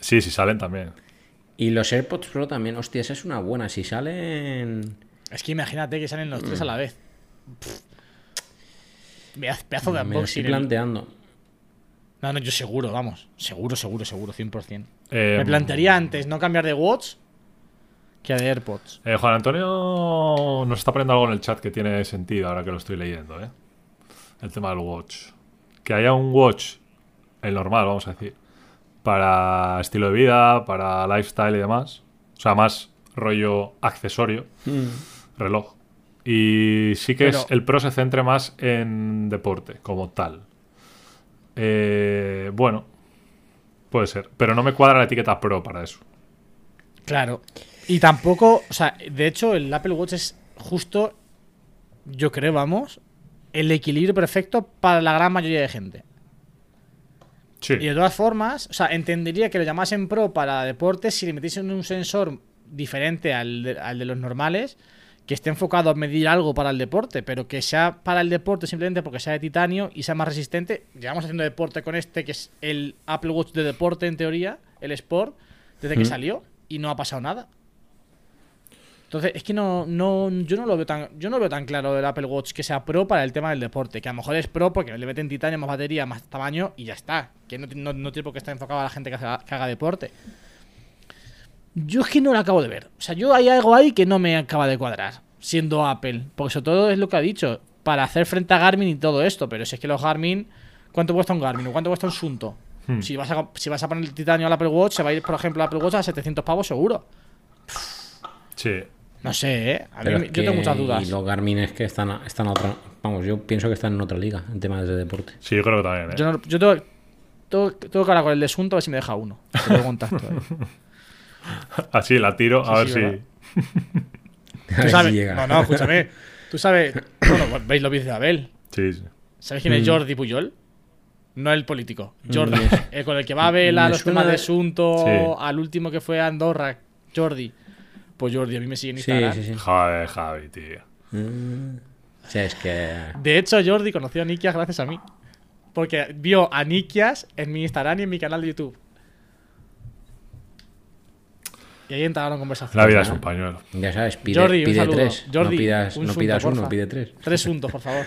Sí, sí salen también. Y los AirPods Pro también, hostia, esa es una buena. Si salen. Es que imagínate que salen los tres a la vez. Pff. Me hace pedazo de Me lo unboxing. estoy el- planteando. No, no, yo seguro, vamos. Seguro, seguro, seguro, 100%. Eh, Me plantearía antes no cambiar de Watch que de AirPods. eh, Juan Antonio nos está poniendo algo en el chat que tiene sentido ahora que lo estoy leyendo, ¿eh? El tema del watch. Que haya un watch, el normal, vamos a decir, para estilo de vida, para lifestyle y demás. O sea, más rollo accesorio, Hmm. reloj. Y sí que Pero- es- el pro se centre más en deporte, como tal. Eh, bueno, puede ser. Pero no me cuadra la etiqueta pro para eso. Claro. Y tampoco, o sea, de hecho, el Apple Watch es justo, yo creo, vamos, el equilibrio perfecto para la gran mayoría de gente. Sí. Y de todas formas, o sea, entendería que lo llamasen Pro para deportes si le metiesen un sensor diferente al de, al de los normales, que esté enfocado a medir algo para el deporte, pero que sea para el deporte simplemente porque sea de titanio y sea más resistente. Llevamos haciendo deporte con este, que es el Apple Watch de deporte en teoría, el Sport, desde que salió y no ha pasado nada. Entonces, es que no, no, yo no lo veo tan, yo no veo tan claro del Apple Watch que sea pro para el tema del deporte, que a lo mejor es pro porque le meten titanio, más batería, más tamaño y ya está. Que no, ti- no, no tiene por qué estar enfocado a la gente que haga, que haga deporte. Yo es que no lo acabo de ver. O sea, yo hay algo ahí que no me acaba de cuadrar, siendo Apple. Porque sobre todo es lo que ha dicho, para hacer frente a Garmin y todo esto. Pero si es que los Garmin, ¿cuánto cuesta un Garmin o cuánto cuesta un Sunto? Hmm. Si, vas a, si vas a poner el titanio al Apple Watch, se va a ir, por ejemplo, al Apple Watch a 700 pavos seguro. Sí. No sé, ¿eh? A mí Pero me- es yo tengo que- muchas dudas. Y los Garmin es que están, a- están a otra. Vamos, yo pienso que están en otra liga en temas de deporte. Sí, yo creo que también. ¿eh? Yo, no- yo tengo, tengo- tengo que hablar con el de Sunto a ver si me deja uno. *laughs* Te lo contacto, eh. Así Ah, la tiro, a Sí, ver sí, si. *laughs* ¿verdad? A Tú ver sabes, si llega. No, no, escúchame. *coughs* Tú sabes. Bueno, pues, veis los vídeos de Abel. Sí, sí. ¿Sabes quién es Jordi Puyol? No el político. Jordi. Mm. el con el que va a Abel a Me los suena temas de de- asunto, Sí. al último que fue a Andorra, Jordi. Pues Jordi, a mí me sigue en Sí, Instagram. sí, sí. Joder, Javi, tío. Mm. Sí, es que. De hecho, Jordi conoció a Nikias gracias a mí. Porque vio a Nikias en mi Instagram y en mi canal de YouTube. Y ahí entraron La conversaciones. vida es un pañuelo. Ya sabes, pide, Jordi, un pide saludo. tres. Jordi, no pidas, un no sunto, pidas uno, porfa. pide tres. Tres puntos, por favor.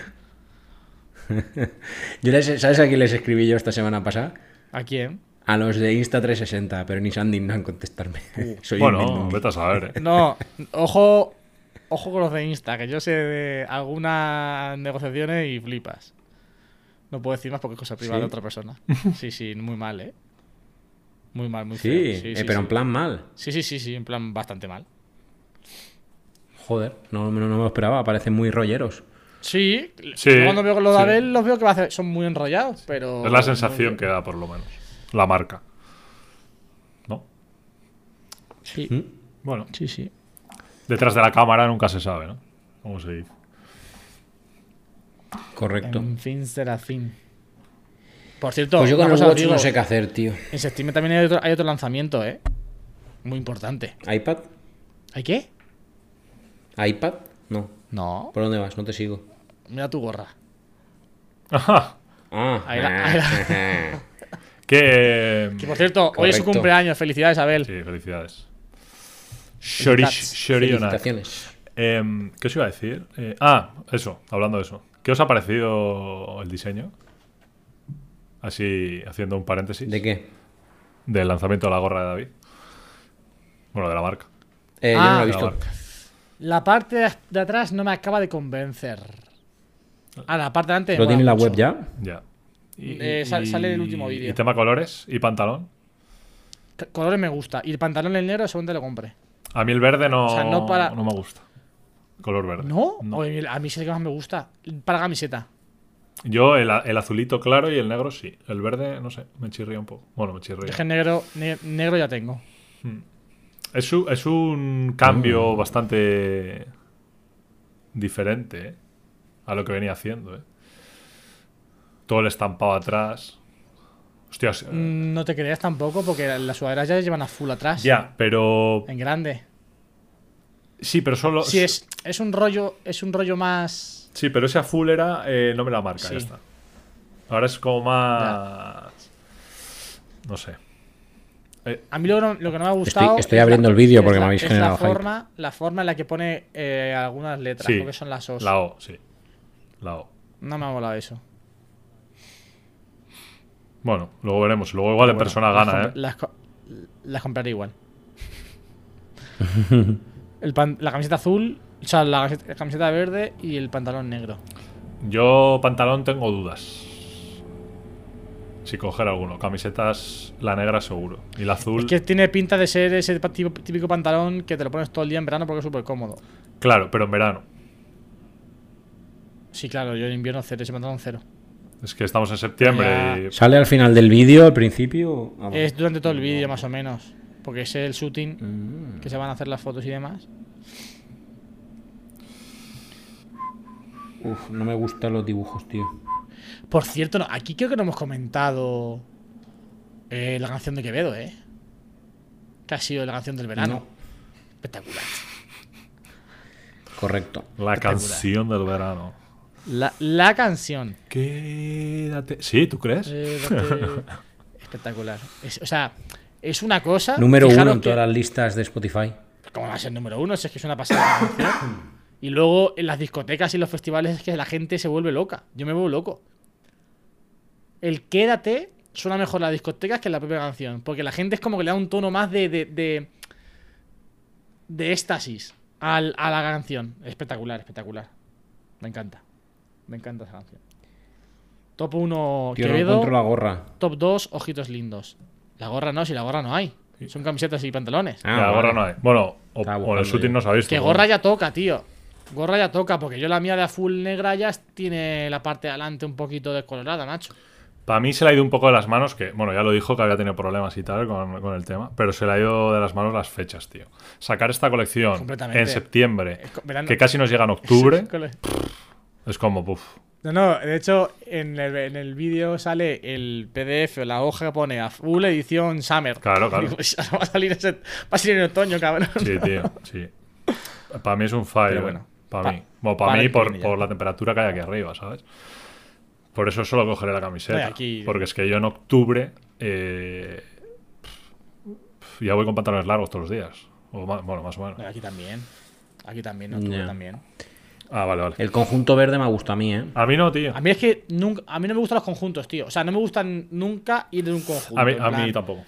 Yo les- ¿Sabes a quién les escribí yo esta semana pasada? *laughs* ¿A quién? A los de Insta360, pero ni se han dignado en *laughs* contestarme. Uh, Soy un Bueno, mindungi. vete a saber, *laughs* ¿eh? No, ojo, ojo con los de Insta, que yo sé de algunas negociaciones y flipas. No puedo decir más porque es cosa privada de ¿Sí? otra *laughs* persona. Sí, sí, muy mal, ¿eh? Muy mal, muy feo. Sí, eh, pero en plan mal. Sí, sí, sí, sí, en plan bastante mal. Joder, no, no, no me lo esperaba, parecen muy rolleros. Sí, Sí, yo cuando veo los de sí. Abel los veo que va a hacer- son muy enrollados, pero... Es la sensación que da, por lo menos. La marca. ¿No? Sí, Mm. Bueno, sí, sí. detrás de la cámara nunca se sabe, ¿no? ¿Cómo se dice? Correcto. En fin será fin. Por cierto, pues yo con una los cosa os Watch no digo, sé qué hacer, tío. en septiembre también hay otro, hay otro lanzamiento, ¿eh? Muy importante. ¿iPad? ¿Hay qué? ¿iPad? No. No. ¿Por dónde vas? No te sigo. Mira tu gorra. Ajá. Ah, Ahí la- ahí *laughs* Que. Que por cierto, hoy es su Correcto. cumpleaños. Felicidades, Abel. Sí, felicidades. Shori- Felicidades. Shorionak. Felicitaciones. Em, ¿Qué os iba a decir? Eh, ah, eso, hablando de eso. ¿Qué os ha parecido el diseño? Así, haciendo un paréntesis. ¿De qué? Del lanzamiento de la gorra de David. Bueno, de la marca. Eh, yo Ah. De no la lo he visto. marca. La parte de- de atrás no me acaba de convencer. Ah, la parte de antes. ¿Lo mola tiene la mucho. web ya? Ya. Eh, sal- sale el último vídeo. Y tema colores y pantalón. C- Colores me gusta. Y el pantalón en negro, según te lo compre. A mí el verde no, sea, no para- no me gusta. Color verde. ¿No? Oye, a mí es el que más me gusta. Para camiseta. Yo el, a- el azulito claro y el negro sí. El verde, no sé, me chirría un poco. Bueno, me chirría. Es que negro, ne- negro ya tengo. Es, u- es un cambio bastante diferente ¿eh? a lo que venía haciendo. ¿eh? Todo el estampado atrás. Hostias. eh, Mm, No te creas tampoco, porque las sudaderas ya llevan a full atrás. Ya, pero. En grande. Sí, pero solo. Sí, es, es un rollo. Es un rollo más. sí, pero ese azul era. eh, no me la marca, Sí. ya está. Ahora es como más. No sé. A mí lo, que no- lo que no me ha gustado. Estoy- estoy es abriendo el vídeo es porque me la- habéis es generado la hype. forma, la forma en la que pone eh, algunas letras, Sí. creo que son las os. La O, sí. La O. No me ha molado eso. Bueno, luego veremos. Luego igual en persona gana, las, ¿eh? Las, co- las *laughs* compraré igual. El pan- la camiseta azul, o sea, la camiseta- camiseta verde y el pantalón negro. Yo pantalón tengo dudas. Si coger alguno. Camisetas, la negra seguro. Y la azul. Es que tiene pinta de ser ese pa- tipo- típico pantalón que te lo pones todo el día en verano porque es súper cómodo. Claro, pero en verano. Sí, claro, yo en invierno cero, ese pantalón cero. Es que estamos en septiembre Ya. y. ¿Sale al final del vídeo, al principio? Ah, vale. Es durante todo el vídeo más o menos, porque es el Mm. shooting que se van a hacer las fotos y demás. Uf, no me gustan los dibujos, tío. Por cierto, no, aquí creo que no hemos comentado eh, la canción de Quevedo, ¿eh? Que ha sido la canción del verano. Espectacular. Correcto. La canción del verano. La, *laughs* la canción. Quédate. Sí, ¿tú crees? Eh, bastante Espectacular. Es- o sea, es una cosa. Número fijaros uno en que- todas las listas de Spotify. ¿Cómo va a ser número uno? Si es que es una pasada. la canción. y luego en las discotecas y los festivales es que la gente se vuelve loca. Yo me vuelvo loco. El quédate suena mejor en las discotecas que en la propia canción. Porque la gente es como que le da un tono más de. de, de, de éxtasis al- a la canción. Espectacular, espectacular. Me encanta. Me encanta esa canción. Top 1 Tío, no Quevedo. encuentro la gorra. Top 2 Ojitos Lindos. La gorra no, si la gorra no hay. Son camisetas y pantalones. Ah, la vale. gorra no hay. Bueno, o, Estaba o en buscando el shooting yo. no sabéis. Que gorra ya toca, tío. Gorra ya toca, porque yo la mía de azul negra ya tiene la parte de adelante un poquito descolorada, macho. Para mí se le ha ido un poco de las manos, que, bueno, ya lo dijo que había tenido problemas y tal con, con el tema, pero se le ha ido de las manos las fechas, tío. Sacar esta colección Completamente. en septiembre, Es co- verano. que casi nos llega en *laughs* octubre, Cole- es como, puff. No, no, de hecho, en el, en el vídeo sale el PDF o la hoja que pone a full edición Summer. Claro, claro. *laughs* Digo, va, a salir ese- va a salir en otoño, cabrón. *laughs* Sí, tío, sí. Para mí es un fire. Pero bueno, para pa- mí. Bueno, para para mí el que por, viene ya. por la temperatura que hay aquí arriba, ¿sabes? Por eso solo cogeré la camiseta. Oye, aquí- Porque es que yo en octubre eh, pf, ya voy con pantalones largos todos los días. O ma- bueno, más o menos. Aquí también. Aquí también, no Ya. también. Ah, vale, vale. El conjunto verde me ha gustado a mí, ¿eh? A mí no, tío. A mí es que nunca, a mí no me gustan los conjuntos, tío. O sea, no me gustan nunca ir de un conjunto. A mí, en a plan, mí tampoco.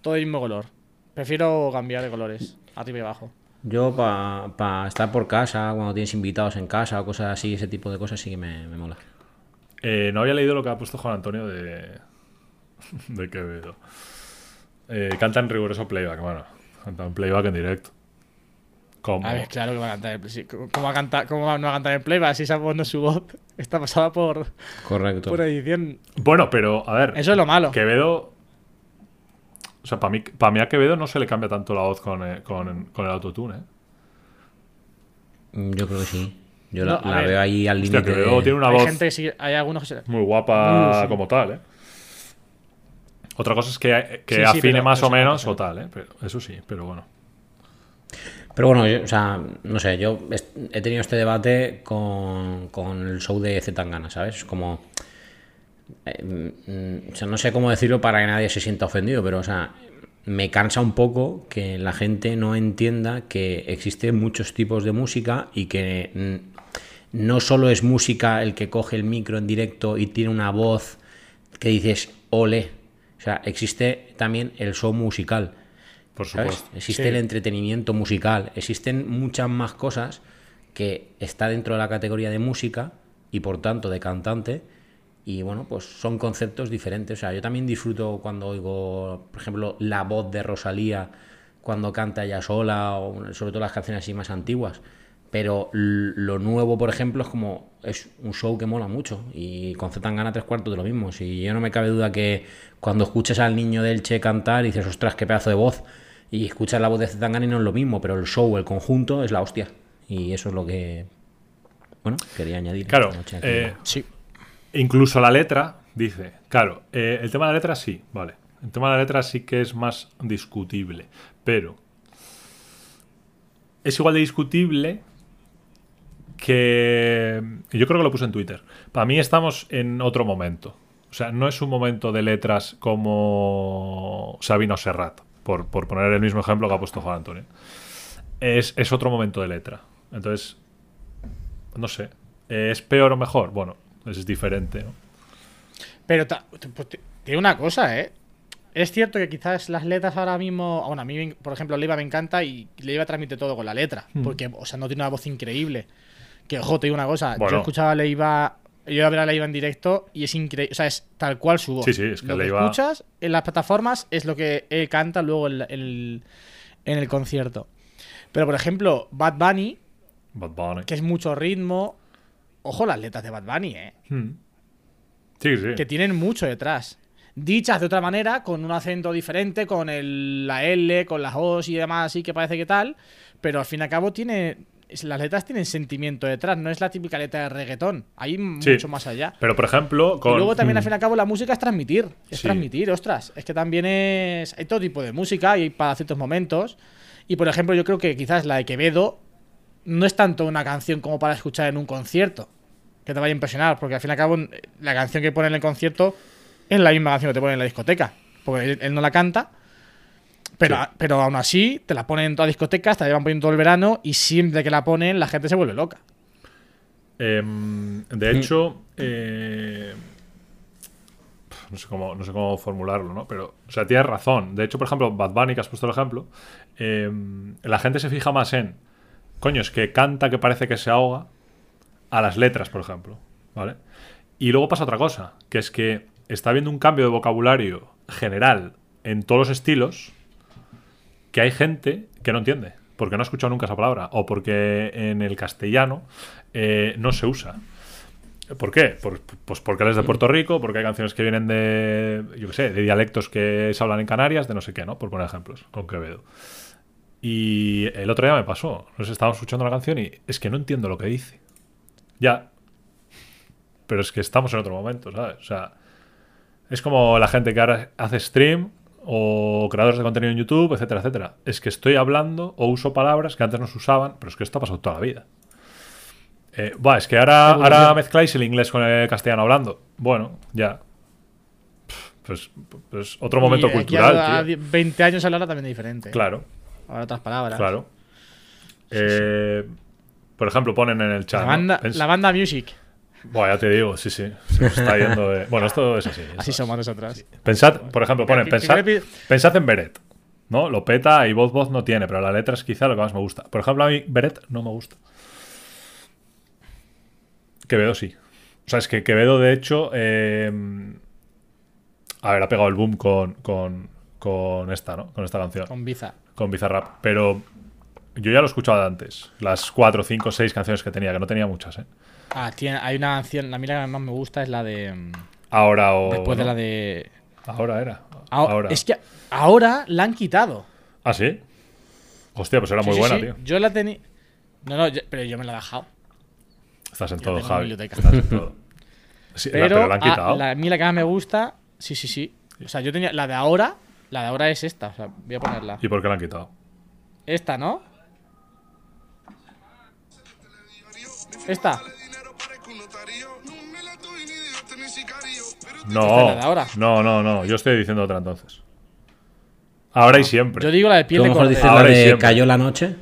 Todo el mismo color. Prefiero cambiar de colores. Arriba y abajo. Yo para estar por casa, cuando tienes invitados en casa o cosas así, ese tipo de cosas sí que me, me mola. Eh, no había leído lo que ha puesto Juan Antonio de. *laughs* de Quevedo. Eh, canta en riguroso playback, bueno. Canta en playback en directo. Como. A ver, claro que va a cantar el sí, ¿Cómo, va a cantar, cómo va- no va a cantar en playback si esa voz no es su voz? Está pasada por, Correcto. por edición. Bueno, pero a ver. Eso es lo malo. Quevedo. O sea, para mí, pa' mí a Quevedo no se le cambia tanto la voz con, eh, con- con el autotune, ¿eh? Mm, Yo creo que sí. Yo la, No, a la ver. veo ahí al Hostia, límite. Quevedo tiene una hay voz gente que sí, hay algunos que se. muy guapa Mm, sí. como tal, ¿eh? Otra cosa es que, que Sí, sí, afine pero- más pero o se nota, menos se o nota. tal, ¿eh? Pero- eso sí, pero bueno. Pero bueno, yo- o sea, no sé, yo es- he tenido este debate con, con el show de Zetangana, ¿sabes? Es Como. eh, mm, mm, o sea, no sé cómo decirlo para que nadie se sienta ofendido, pero, o sea, me cansa un poco que la gente no entienda que existen muchos tipos de música y que mm, no solo es música el que coge el micro en directo y tiene una voz que dices, ole. O sea, existe también el show musical. Por ¿sabes? supuesto. Existe Sí. el entretenimiento musical, existen muchas más cosas que está dentro de la categoría de música y por tanto de cantante. Y bueno, pues son conceptos diferentes. O sea, yo también disfruto cuando oigo, por ejemplo, la voz de Rosalía cuando canta ella sola, o sobre todo las canciones así más antiguas. Pero l- lo nuevo, por ejemplo, es como es un show que mola mucho y con gana tres cuartos de lo mismo. Si yo no me cabe duda que cuando escuchas al niño del Che cantar y dices, ostras, qué pedazo de voz, y escuchas la voz de Zetangana y no es lo mismo, pero el show, el conjunto, es la hostia. Y eso es lo que, bueno, quería añadir. Claro, esta noche aquí. eh, Sí. Incluso la letra, dice. Claro, eh, el tema de la letra sí, vale. El tema de la letra sí que es más discutible, pero es igual de discutible que... y Yo creo que lo puse en Twitter. Para mí estamos en otro momento. O sea, no es un momento de letras como Sabino Serrat, por, por poner el mismo ejemplo que ha puesto Juan Antonio. Es, es otro momento de letra. Entonces, no sé. eh, ¿Es peor o mejor? Bueno, es diferente. ¿no? Pero ta- t- pues te, te digo una cosa, ¿eh? Es cierto que quizás las letras ahora mismo. Bueno, a mí, me- por ejemplo, Leiva me encanta y Leiva transmite todo con la letra. Hmm. Porque, o sea, no tiene una voz increíble. Que, ojo, te digo una cosa. Bueno. Yo escuchaba a Leiva. Yo a ver a Leiva en directo y es increíble. O sea, es tal cual su voz. Sí, sí, es que lo que Leiva- escuchas en las plataformas es lo que él canta luego en, la- en el- en el concierto. Pero, por ejemplo, Bad Bunny, Bad Bunny. que es mucho ritmo. Ojo las letras de Bad Bunny, ¿eh? Hmm. Sí, sí. que tienen mucho detrás. Dichas de otra manera, con un acento diferente, con el- la L, con las O's y demás, así que parece que tal. Pero al fin y al cabo tiene. es- Las letras tienen sentimiento detrás, no es la típica letra de reggaetón. Hay Sí. mucho más allá. Pero por ejemplo, con... hmm, Mm. Y luego también al fin y al cabo la música es transmitir. Es Sí. transmitir, ostras. Es que también es. Hay todo tipo de música y hay para ciertos momentos. Y por ejemplo, yo creo que quizás la de Quevedo no es tanto una canción como para escuchar en un concierto. Que te vaya a impresionar, porque al fin y al cabo eh, la canción que ponen en el concierto es la misma canción que te ponen en la discoteca. Porque él, él no la canta. Pero, Sí. pero aún así, te la ponen en todas las discotecas, te la llevan poniendo todo el verano y siempre que la ponen, la gente se vuelve loca. Em, de hecho, eh, pf, no, sé cómo, no sé cómo formularlo, ¿no? Pero, o sea, tienes razón. De hecho, por ejemplo, Bad Bunny, que has puesto el ejemplo, em, la gente se fija más en, coño, es que canta que parece que se ahoga, a las letras, por ejemplo, ¿vale? Y luego pasa otra cosa, que es que está habiendo un cambio de vocabulario general en todos los estilos, que hay gente que no entiende, porque no ha escuchado nunca esa palabra, o porque en el castellano eh, no se usa. ¿Por qué? Por- pues porque él es de Puerto Rico, porque hay canciones que vienen de, yo qué sé, de dialectos que se hablan en Canarias, de no sé qué, ¿no? Por poner ejemplos, con Quevedo. Y el otro día me pasó, nos estábamos escuchando la canción y es que no entiendo lo que dice. Ya. Pero es que estamos en otro momento, ¿sabes? O sea, es como la gente que ahora hace stream o creadores de contenido en YouTube, etcétera, etcétera. Es que estoy hablando o uso palabras que antes no se usaban, pero es que esto ha pasado toda la vida. Eh, buah, es que ahora, Evolución. ahora mezcláis el inglés con el castellano hablando. Bueno, ya. Pf, Pues, pues otro momento Y de aquí cultural, a- a tío. 20 años hablará también diferente. Claro. Ahora otras palabras. Claro. Eh, Por ejemplo, ponen en el chat. La ¿no? banda, Pens- la banda Music. Bueno, ya te digo, sí, sí. Se nos está yendo de- Bueno, esto es así. ya Así sabes. somos nosotros. Pensad, por ejemplo, ponen, Mira, pi- pensad, primero pensad en Beret. ¿No? Lo peta y voz voz no tiene, pero la letra es quizá lo que más me gusta. Por ejemplo, a mí Beret no me gusta. Quevedo sí. O sea, es que Quevedo, de hecho, eh, a ver, ha pegado el boom con, con, con esta, ¿no? Con esta canción Con Biza. con Bizarrap, pero yo ya lo he escuchado de antes. Las 4, 5, 6 canciones que tenía, que no tenía muchas, ¿eh? Ah, tiene, hay una canción, a mí la que más me gusta es la de... mm, Ahora o. Después de no, la de... Ahora era. Ahora, Oh, Ahora. Es que ahora la han quitado. ¿Ah, sí? Hostia, pues era Sí, muy sí, buena, sí. tío. Yo la tenía... No, no, yo- pero yo me la he dejado. Estás en Yo todo, tengo Javi. biblioteca. Estás en todo. Sí, la- Pero, pero la han ah, quitado. la- a mí la que más me gusta... Sí, sí, sí. O sea, yo tenía... La de ahora... La de ahora es esta. O sea, voy a ponerla. ¿Y por qué la han quitado? Esta, ¿no? Esta. No. la de ahora. No, no, no. Yo estoy diciendo otra entonces. Ahora y siempre. Ah, Yo digo la de Tú piel a de lo mejor cordero. dices la Ahora y de siempre. cayó la noche.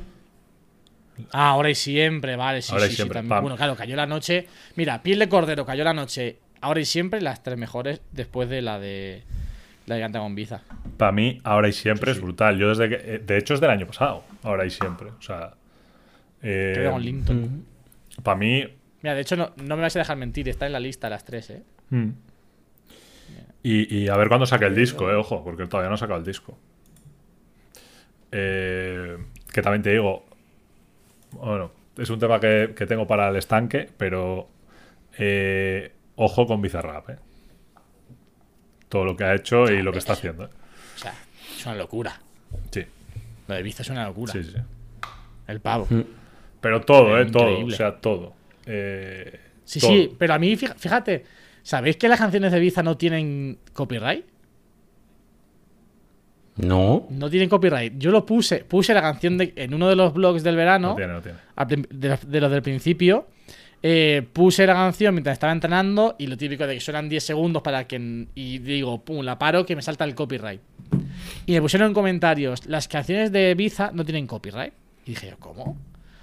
Ah, ahora y siempre, vale, sí, Ahora y sí, sí, siempre, también. pam. Bueno, claro, cayó la noche. Mira, piel de cordero, cayó la noche. Ahora y siempre, las tres mejores después de la de la de Canta con Biza. Para mí, ahora y siempre es brutal. Yo desde que. eh, De hecho, es del año pasado. Ahora y siempre. O sea. eh, Que era con Linton. para mí, Mira, de hecho, no, no me vais a dejar mentir, está en la lista las tres, eh. Y, y a ver cuándo saca el disco, eh, ojo, porque todavía no ha sacado el disco. Eh, que también te digo, bueno, es un tema que, que tengo para el estanque, pero eh, ojo con Bizarrap, eh. Todo lo que ha hecho y lo que está haciendo. eh. O sea, es una locura. Sí, Lo de Biza es una locura. sí, sí. El pavo. Pero todo, eh, todo, o Increíble. sea, todo. Eh, Sí, todo. sí, pero a mí, fija- fíjate, ¿sabéis que las canciones de Biza no tienen copyright? No. No tienen copyright. Yo lo puse, puse la canción de- en uno de los blogs del verano. No, tiene, no tiene. al prim- de, los- de los del principio. eh, puse la canción mientras estaba entrenando y lo típico de que suenan 10 segundos para que... Y digo, pum, la paro que me salta el copyright. Y me pusieron en comentarios, las canciones de Biza no tienen copyright. Y dije, yo, ¿cómo?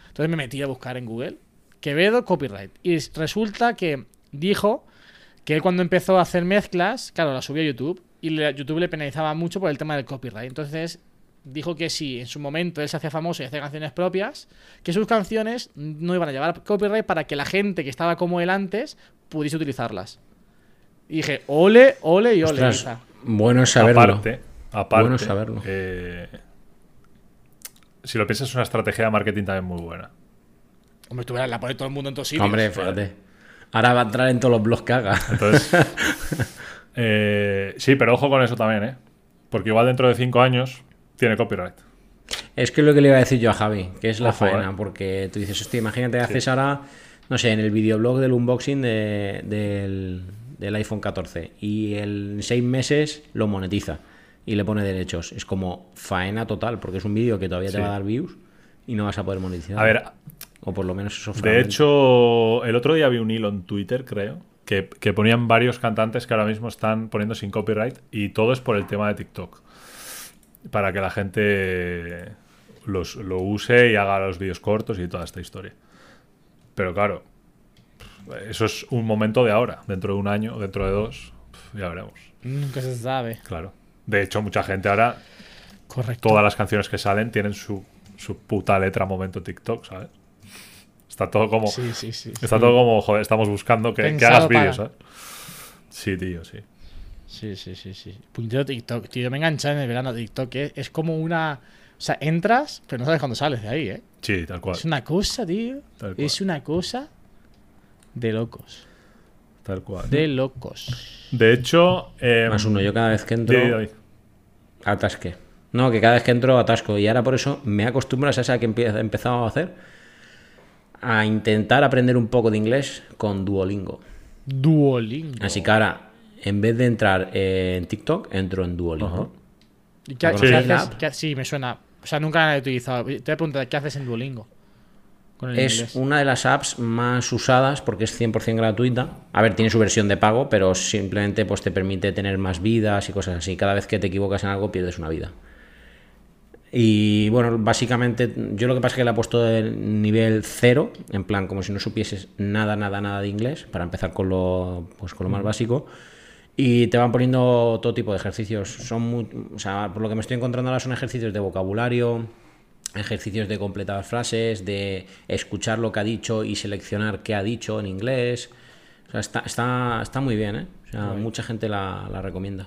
Entonces me metí a buscar en Google, Quevedo copyright. Y es- resulta que dijo que él cuando empezó a hacer mezclas, claro, la subió a YouTube y le- YouTube le penalizaba mucho por el tema del copyright. Entonces dijo que si en su momento él se hacía famoso y hacía canciones propias, que sus canciones no iban a llevar copyright para que la gente que estaba como él antes pudiese utilizarlas. Y dije, ole, ole y ole. Ostras, Ibiza. bueno es saberlo. Aparte, aparte Bueno saberlo. eh, si lo piensas, es una estrategia de marketing también muy buena. Hombre, tú verás, la pone todo el mundo en todos sitios. Hombre, fíjate. Ahora va a entrar en todos los blogs que haga. *laughs* Entonces, eh, sí, pero ojo con eso también, ¿eh? Porque igual dentro de cinco años tiene copyright. Es que es lo que le iba a decir yo a Javi, que es la Ojo, faena, eh. porque tú dices, hostia, imagínate, haces ahora, no sé, en el videoblog del unboxing de- del, del iPhone 14 y el- en seis meses lo monetiza y le pone derechos. Es como faena total, porque es un vídeo que todavía te Sí. va a dar views y no vas a poder monetizar. A ver, o por lo menos eso de fragmenta. hecho, el otro día vi un hilo en Twitter, creo, que, que ponían varios cantantes que ahora mismo están poniendo sin copyright y todo es por el tema de TikTok. Para que la gente los- lo use y haga los vídeos cortos y toda esta historia. Pero claro, eso es un momento de ahora. Dentro de un año, dentro de dos, ya veremos. Nunca se sabe. Claro. De hecho, mucha gente ahora, Correcto. todas las canciones que salen tienen su, su puta letra momento TikTok, ¿sabes? Está todo como. Sí, sí, sí. Está todo como, joder, estamos buscando que, que Pensado hagas para. vídeos, ¿sabes? Sí, tío, sí. Sí, sí, sí, sí. Puñetero TikTok, tío. Yo me enganché en el verano a TikTok. Es, es como una. O sea, entras, pero no sabes cuándo sales de ahí, ¿eh? Sí, tal cual. Es una cosa, tío. Tal cual. Es una cosa de locos. Tal cual. De locos. De hecho. eh, Más uno, yo cada vez que entro. di, di, David. Atasque. No, que cada vez que entro atasco. Y ahora por eso me acostumbro, ¿sabes a que he empezado a hacer? A intentar aprender un poco de inglés con Duolingo. Duolingo. Así que ahora, en vez de entrar eh, en TikTok, entro en Duolingo. ¿Y qué- Sí. qué ¿La haces? app? ¿Qué ha- sí, me suena. O sea, nunca la he utilizado. Te voy a preguntar, ¿qué haces en Duolingo? Con el Es inglés. una de las apps más usadas porque es 100% gratuita. A ver, tiene su versión de pago, pero simplemente pues, te permite tener más vidas y cosas así. Cada vez que te equivocas en algo, pierdes una vida. Y bueno, básicamente, yo lo que pasa es que le he puesto el nivel cero, en plan, como si no supieses nada, nada, nada de inglés, para empezar con lo, pues, con lo más básico. Y te van poniendo todo tipo de ejercicios. Son muy, o sea, por lo que me estoy encontrando ahora son ejercicios de vocabulario, ejercicios de completar frases, de escuchar lo que ha dicho y seleccionar qué ha dicho en inglés. O sea, está, está, está muy bien, ¿eh? O sea, mucha gente la, la recomienda.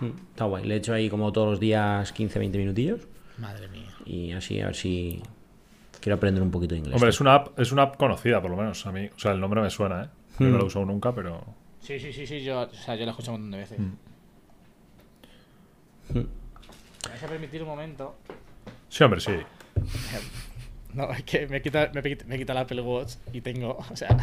Mm, Está guay. Le he hecho ahí como todos los días 15-20 minutillos. Madre mía. Y así, a ver si. Quiero aprender un poquito de inglés. Hombre, es una, app, es una app conocida, por lo menos a mí. O sea, el nombre me suena, ¿eh? Yo no lo he usado nunca, pero. Sí, sí, sí, sí. Yo, o sea, yo la he escuchado un montón de veces. ¿Me vais a permitir un momento? Sí, hombre, sí. No, es que me quita, me, quita- me quita el Apple Watch y tengo, o sea, *laughs*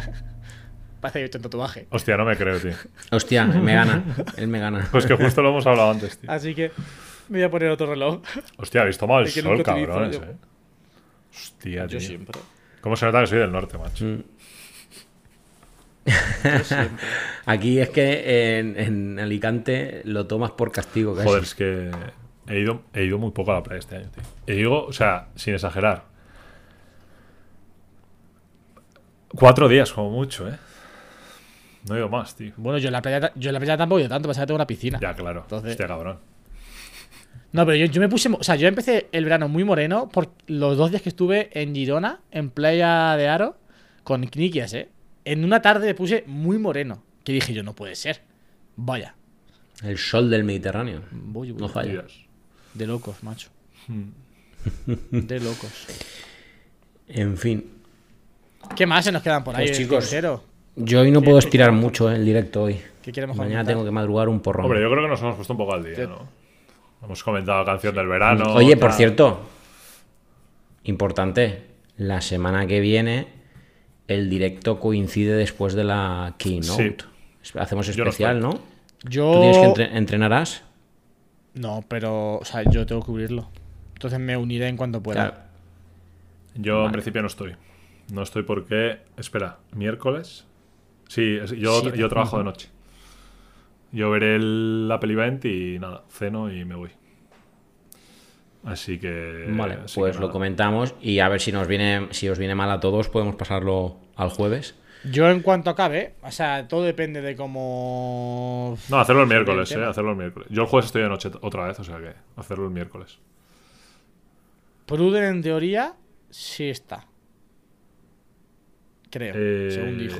parece que he hecho un tatuaje. Hostia, no me creo, tío. Hostia, me *laughs* gana. Él me gana. Pues que justo lo hemos hablado antes, tío. Así que me voy a poner otro reloj. Hostia, habéis tomado el Es que sol, nunca utilizo, cabrones, yo. ¿eh? Hostia, tío. Yo siempre. ¿Cómo se nota que soy del norte, macho? Aquí es que en, en Alicante lo tomas por castigo. Casi. Joder, es que he ido, he ido muy poco a la playa este año, tío. Y digo, o sea, sin exagerar. Cuatro días, como mucho, ¿eh? No he ido más, tío. Bueno, yo en la playa, ta- yo en la playa tampoco he ido tanto, pasa que tengo una piscina. Ya, claro. Entonces- Hostia, cabrón. No, pero yo, yo me puse. mo- O sea, yo empecé el verano muy moreno por los dos días que estuve en Girona, en Playa de Aro, con Knikias, ¿eh? En una tarde me puse muy moreno. Que dije yo, no puede ser. Vaya. El sol del Mediterráneo. Voy, voy. No falla. Tías. De locos, macho. Hmm. De locos. En fin. ¿Qué más se nos quedan por ahí? Pues, chicos. Quintero? Yo hoy no puedo estirar mucho eh, el directo hoy. ¿Qué queremos Mañana comentar? tengo que madrugar un porrón. Hombre, yo creo que nos hemos puesto un poco al día, ¿no? Hemos comentado canción del verano. Oye, por tal. cierto, importante, la semana que viene el directo coincide después de la keynote. Hacemos Yo no especial, ¿no? Yo. Tú tienes que entre- entrenarás. No, pero. O sea, yo tengo que cubrirlo. Entonces me uniré en cuanto Eh, pueda. Claro. Yo en principio no estoy. No estoy porque. Espera, miércoles. Sí, es- yo, Siete. yo trabajo de noche. Yo veré el Apple Event y nada, ceno y me voy. Así que. Vale, así que pues lo nada. comentamos y a ver si nos viene, si os viene mal a todos, podemos pasarlo al jueves. Yo en cuanto acabe. O sea, todo depende de cómo. No, hacerlo el Sobre el miércoles, eh, tema. hacerlo el miércoles. Yo el jueves estoy de noche t- otra vez, o sea que hacerlo el miércoles. Pruden en teoría sí está. Creo, Eh, según dijo.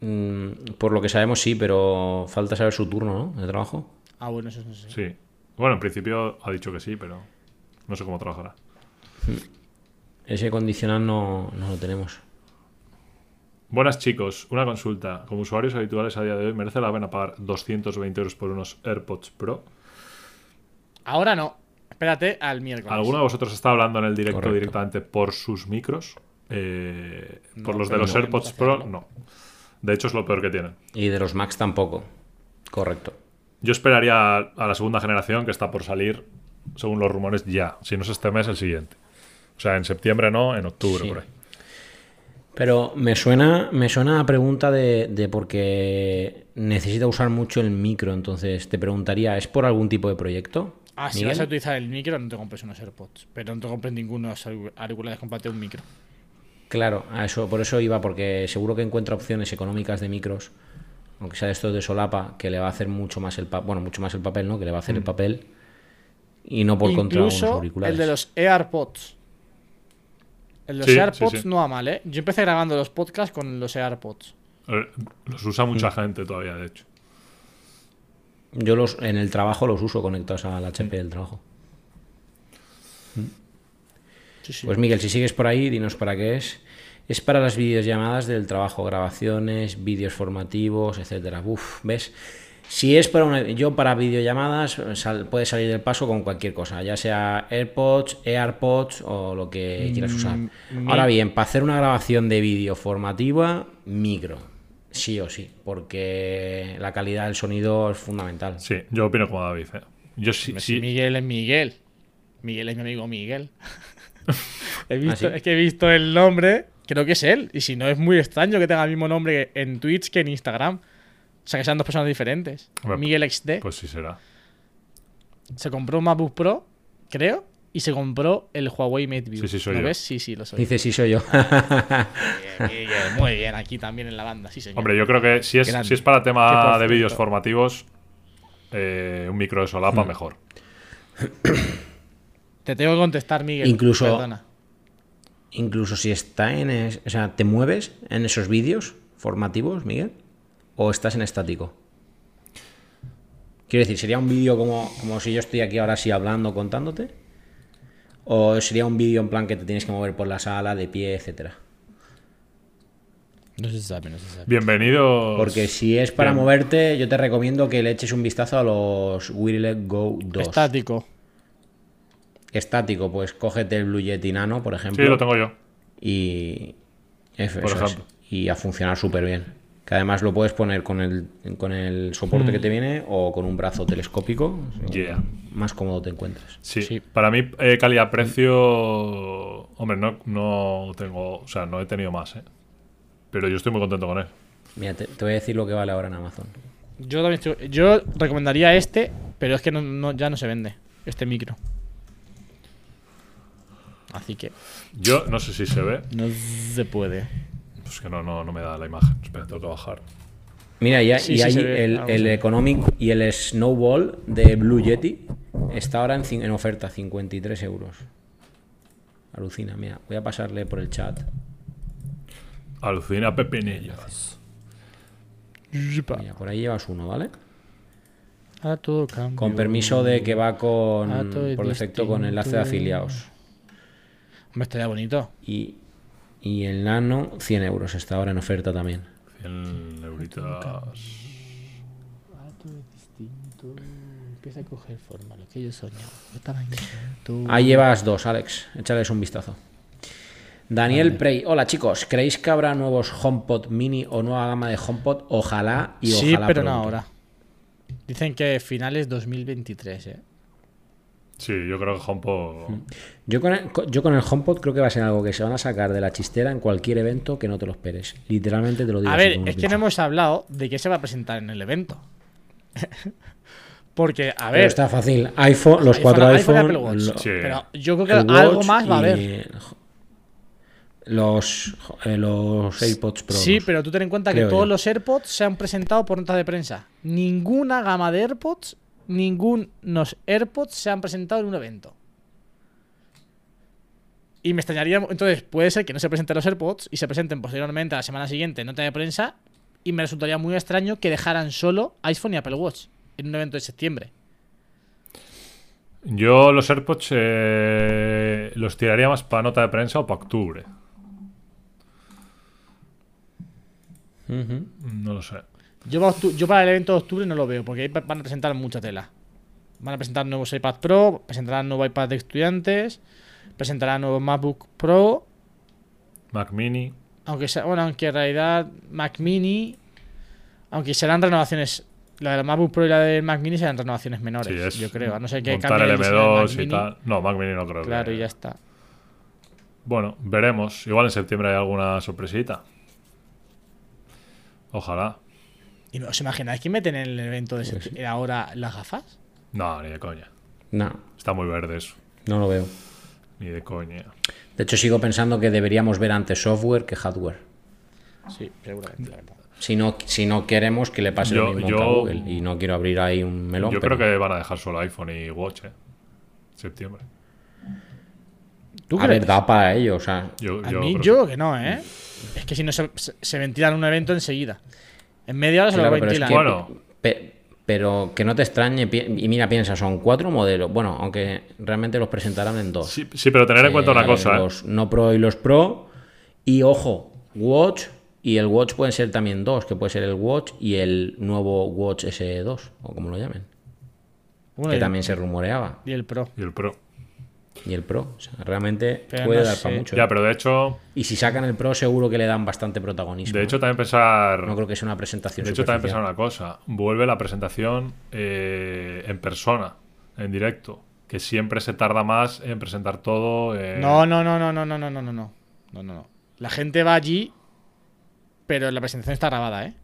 Mm, por lo que sabemos, sí, pero falta saber su turno, ¿no? De trabajo. Ah, bueno, eso no sé. Sí. Bueno, en principio ha dicho que sí, pero no sé cómo trabajará. Ese condicional no, no lo tenemos. Buenas chicos, una consulta. Como usuarios habituales a día de hoy, ¿merece la pena pagar 220 euros por unos AirPods Pro? Ahora no. Espérate al miércoles. ¿Alguno de vosotros está hablando en el directo Correcto. directamente por sus micros? Eh, por No, los de pero los no. AirPods Pro, no. De hecho, es lo peor que tienen. Y de los Max tampoco. Correcto. Yo esperaría a, a la segunda generación que está por salir, según los rumores, ya. Si no es este mes, el siguiente. O sea, en septiembre no, en octubre, Sí. por ahí. Pero me suena, me suena a pregunta de, de porque necesita usar mucho el micro, entonces te preguntaría, ¿es por algún tipo de proyecto? Ah, si Miguel? vas a utilizar el micro, no te compres unos AirPods. Pero no te compres ningunos auric- auriculares, cómprate un micro. Claro, a eso, por eso iba, porque seguro que encuentra opciones económicas de micros, aunque sea de estos de solapa, que le va a hacer mucho más el papel, bueno, mucho más el papel, ¿no? Que le va a hacer el papel y no por contra unos Mm. Incluso auriculares. el de los AirPods. El de los Sí, sí, AirPods sí. no va mal, ¿eh? Yo empecé grabando los podcasts con los AirPods. Eh, Los usa Mm. mucha gente todavía, de hecho. Yo los, en el trabajo los uso conectados al HP del trabajo. Sí, sí. Pues Miguel, si sigues por ahí, dinos para qué es. Es para las videollamadas del trabajo, grabaciones, vídeos formativos, etcétera. Uf, ¿ves? Si es para una, yo para videollamadas eh, sal- puedes salir del paso con cualquier cosa, ya sea AirPods, AirPods o lo que quieras usar. mi- Ahora bien, para hacer una grabación de vídeo formativa, micro, sí o sí, porque la calidad del sonido es fundamental. Sí, yo opino como David. ¿eh? Yo sí, sí- Pues Miguel es Miguel. Miguel es mi *laughs* amigo Miguel. He visto- Ah, sí? Es que he visto el nombre, creo que es él. Y si no, es muy extraño que tenga el mismo nombre en Twitch que en Instagram. O sea, que sean dos personas diferentes. Hombre, Miguel XD pues sí será. se compró un MacBook Pro, creo, y se compró el Huawei Mate View. Sí, sí, soy ¿Lo yo. ves? Sí, sí, lo soy. Dice sí soy yo. *laughs* Bien, bien, bien. Muy bien, aquí también en la banda, sí, señor. Hombre, yo creo que si es, Grande. si es para Que por tema de cierto- vídeos formativos, eh, un micro de solapa mejor. Te tengo que contestar, Miguel. Incluso- Perdona. Incluso si está en... es- o sea, ¿te mueves en esos vídeos formativos, Miguel? ¿O estás en estático? Quiero decir, ¿sería un vídeo como, como si yo estoy aquí ahora sí hablando, contándote? ¿O sería un vídeo en plan que te tienes que mover por la sala, de pie, etcétera? No se sabe, no se sabe. Bienvenido. Porque si es para Bien. moverte, yo te recomiendo que le eches un vistazo a los Wireless Go 2. Estático. Estático, pues cógete el Blue Yeti Nano, por ejemplo. Sí, lo tengo yo. y eso Por es. ejemplo. y a funcionar súper bien. Que además lo puedes poner con el, con el soporte que te viene o con un brazo telescópico. Yeah. Más cómodo te encuentres. Sí. Sí. Para mí, eh, calidad-precio. Hombre, no, no tengo. O sea, no he tenido más, ¿eh? Pero yo estoy muy contento con él. Mira, te, te voy a decir lo que vale ahora en Amazon. Yo también estoy- yo recomendaría este, pero es que no, no- ya no se vende, este micro. Así que Yo no sé si se ve. no se puede. Pues que no, no, no me da la imagen. Espera, tengo que bajar. Mira, ya, Sí, y sí, hay se ve. el, Ah, el sí. Economic y el Snowball de Blue Yeti. Está ahora en, cin- en oferta, 53 euros. Alucina, mira, voy a pasarle por el chat. Alucina pepinillos. Mira, por ahí llevas uno, ¿vale? Ahora todo cambia. Con permiso de que va con, Ah, todo es por defecto con enlace de distinto. afiliados. Me estaría bonito. Y, y el Nano, 100 euros, está ahora en oferta también. 100 euritas. Empieza a coger forma, lo que yo soñaba. Ahí llevas dos, Alex. Échales un vistazo. Daniel Prey, hola chicos, ¿creéis que habrá nuevos HomePod mini o nueva gama de HomePod? Ojalá y ojalá. Sí, pero pronto. no ahora. Dicen que finales 2023, eh. Sí, yo creo que Hompo. Yo con, el, co- yo con el HomePod creo que va a ser algo que se van a sacar de la chistera en cualquier evento que no te lo esperes. Literalmente te lo digo. A así ver, como lo es que no pienso. hemos hablado de qué se va a presentar en el evento. *laughs* Porque, a Pero ver, está fácil. iPhone, los iPhone, cuatro iPhone, iPhone y Apple Watch. lo- Sí. Pero yo creo el que algo Watch más va a y haber. Los, eh, los AirPods Pro. Sí, pero tú ten en cuenta que creo todos yo. los AirPods se han presentado por notas de prensa. Ninguna gama de AirPods, ningunos AirPods se han presentado en un evento. Y me extrañaría. Entonces, puede ser que no se presenten los AirPods y se presenten posteriormente a la semana siguiente en nota de prensa. Y me resultaría muy extraño que dejaran solo iPhone y Apple Watch en un evento de septiembre. Yo los AirPods eh, los tiraría más para nota de prensa o para octubre. Ujú. No lo sé. Yo para, octu- yo para el evento de octubre no lo veo, porque ahí pa- van a presentar mucha tela. Van a presentar nuevos iPad Pro, presentarán nuevo iPad de estudiantes, presentarán nuevo MacBook Pro, Mac Mini. aunque sea, bueno, aunque en realidad Mac Mini, aunque serán renovaciones, la del MacBook Pro y la del Mac Mini serán renovaciones menores, Sí, es yo creo, a no ser que montar cambie el diseño del Mac M2 y Mini. tal. No, Mac Mini no creo. Claro, que- y ya está. Bueno, veremos. Igual en septiembre hay alguna sorpresita. Ojalá. ¿Y no os imagináis que meten en el evento de Pues septiembre ahora las gafas? No, ni de coña. No, Está muy verde eso. no lo veo. Ni de coña. De hecho, sigo pensando que deberíamos ver antes software que hardware. Sí, seguramente. la verdad. Si no, si no queremos que le pase Yo- lo mismo que yo- a Google. Y no quiero abrir ahí un melón. Yo pero creo que van a dejar solo iPhone y Watch, ¿eh? Septiembre. ¿Tú a ver, da para ello. O sea, Yo, A Pues yo mm. mí creo yo creo que no, ¿eh? Es que si no se, se- se ventilan un evento enseguida. En media hora se claro, lo pero es ventilan. que- Bueno. pe- pero que no te extrañe. pi- Y mira, piensa, son cuatro modelos. Bueno, aunque realmente los presentarán en dos. Sí, sí, pero tener en cuenta Eh, una cosa, ¿eh? Los no pro y los pro. Y ojo, Watch y el Watch pueden ser también dos, que puede ser el Watch y el nuevo Watch S2, o como lo llamen, Bueno, que y- también se rumoreaba. Y el Pro. Y el Pro. Y el Pro, o sea, realmente Pero puede no dar sé. para mucho. Ya, ¿eh? pero de hecho, Y si sacan el Pro, seguro que le dan bastante protagonismo. ¿eh? de hecho también pensar. no creo que sea una presentación. De hecho, también pensaba superficial. una cosa. Vuelve la presentación eh, en persona, en directo. Que siempre se tarda más en presentar todo. eh, No, no, no, no, no, no, no, no, no, no. No, no, no. La gente va allí, pero la presentación está grabada, ¿eh?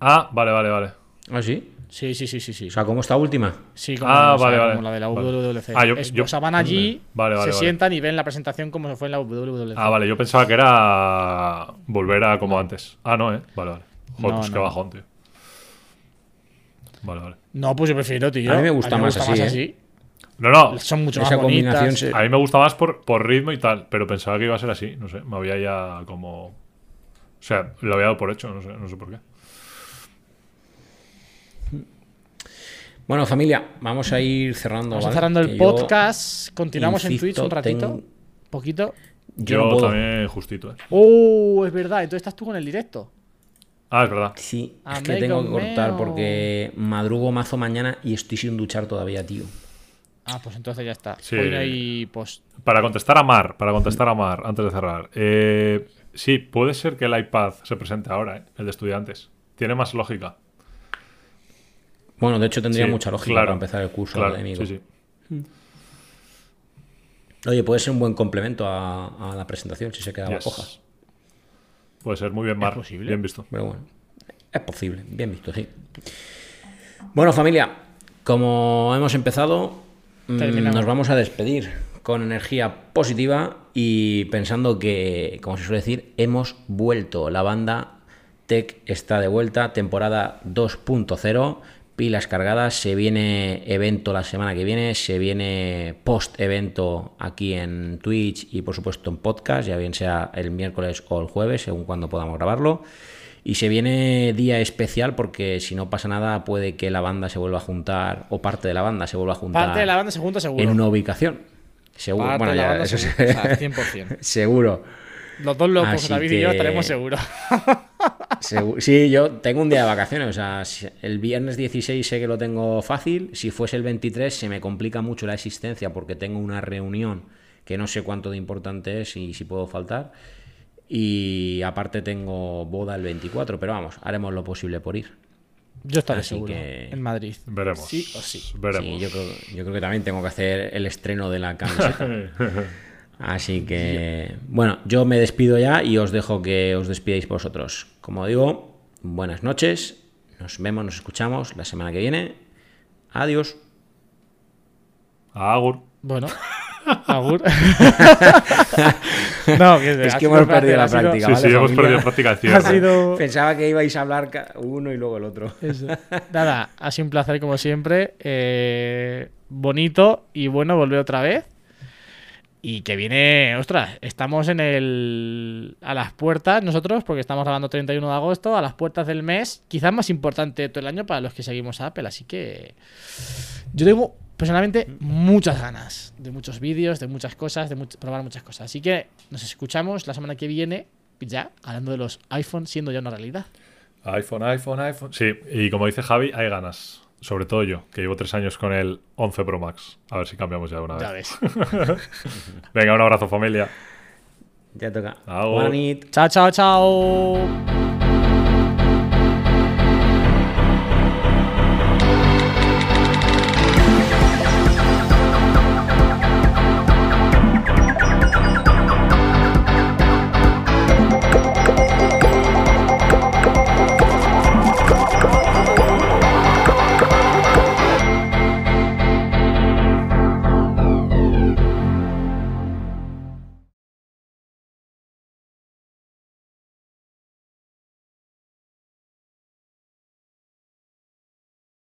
Ah, vale, vale, vale. Ah, sí. Sí, sí, sí, sí, sí. O sea, ¿cómo está última? Sí, Ah, o sea, vale, vale. como la de la Vale. WWC. Ah, yo- Es- yo- o sea, van allí, Vale, vale, se vale. sientan y ven la presentación como se fue en la WWC. Ah, vale, yo pensaba que era volver a como antes. Ah, no, eh. Vale, vale. Joder, No, pues qué no. bajón, tío. Vale, vale. No, pues yo prefiero, tío. A mí me gusta más así, ¿eh? No, no. Son mucho Esa más combinación bonitas. se- A mí me gusta más por, por ritmo y tal, pero pensaba que iba a ser así, no sé, me había ya como... O sea, lo había dado por hecho, no sé, no sé por qué. Bueno, familia, vamos a ir cerrando. Vamos ¿vale? cerrando Que el yo- podcast. Continuamos en insisto, Twitch un ratito. tengo- Poquito. Yo, Yo, no puedo. también justito, eh. Oh, es verdad. Entonces estás tú con el directo. Ah, es verdad. Sí, es Amigo que tengo que cortar mío. porque madrugo mazo mañana y estoy sin duchar todavía, tío. Ah, pues entonces ya está. Sí. Hoy no hay post. Para contestar a Mar, para contestar a Mar, antes de cerrar. eh, sí, puede ser que el iPad se presente ahora, eh, el de estudiantes. Tiene más lógica. Bueno, de hecho tendría Sí, mucha lógica claro, para empezar el curso Claro, académico. sí, sí. Oye, puede ser un buen complemento a, a la presentación si se quedaba Yes. coja. Puede ser, muy bien, Mar. posible? Bien visto. Pero bueno, es posible, bien visto, sí. Bueno, familia, como hemos empezado, mm, Terminamos. nos vamos a despedir con energía positiva y pensando que, como se suele decir, hemos vuelto. La banda Tech está de vuelta, temporada 2.0. Pilas cargadas, se viene evento la semana que viene, se viene post-evento aquí en Twitch y por supuesto en podcast, ya bien sea el miércoles o el jueves, según cuando podamos grabarlo. Y se viene día especial porque si no pasa nada puede que la banda se vuelva a juntar o parte de la banda se vuelva a juntar Parte de la banda se junta seguro. en una ubicación. Seguro, Parte bueno, de la ya, banda eso seguro. O sea, es- 100%. *laughs* seguro. Los dos locos, Así David y yo, que- estaremos *laughs* seguros. Segu- Sí, yo tengo un día de vacaciones. O sea, si- el viernes 16 sé que lo tengo fácil. Si fuese el 23 se me complica mucho la existencia porque tengo una reunión que no sé cuánto de importante es y si puedo faltar. Y aparte tengo boda el 24, pero vamos, haremos lo posible por ir. Yo estaré Así seguro. que- En Madrid. Veremos. Sí o sí. Veremos. Sí, yo creo, yo creo que también tengo que hacer el estreno de la camiseta. Así que, bueno, yo me despido ya y os dejo que os despidáis vosotros. Como digo, buenas noches, nos vemos, nos escuchamos la semana que viene. Adiós. Ah, Agur. *laughs* Bueno, Agur. *laughs* no, que Es ha que sido hemos un placer, perdido la ha sido- práctica. Sí, vale, sí, hemos familia. perdido ¿eh? práctica de *laughs* Ha cierre. sido. Pensaba que ibais a hablar ca- uno y luego el otro. Eso. Nada, ha sido un placer como siempre. eh, bonito y bueno volver otra vez. Y que viene, ostras, estamos en el. a las puertas nosotros, porque estamos grabando 31 de agosto, a las puertas del mes, quizás más importante de todo el año para los que seguimos a Apple. Así que. Yo tengo personalmente muchas ganas de muchos vídeos, de muchas cosas, de much- probar muchas cosas. Así que nos escuchamos la semana que viene, ya hablando de los iPhones siendo ya una realidad. iPhone, iPhone, iPhone. Sí, y como dice Javi, hay ganas. Sobre todo yo, que llevo tres años con el 11 Pro Max. A ver si cambiamos ya de una Ya vez. ves. Venga, un abrazo familia. Ya toca. Agur. Buena nit. Chao, chao, chao.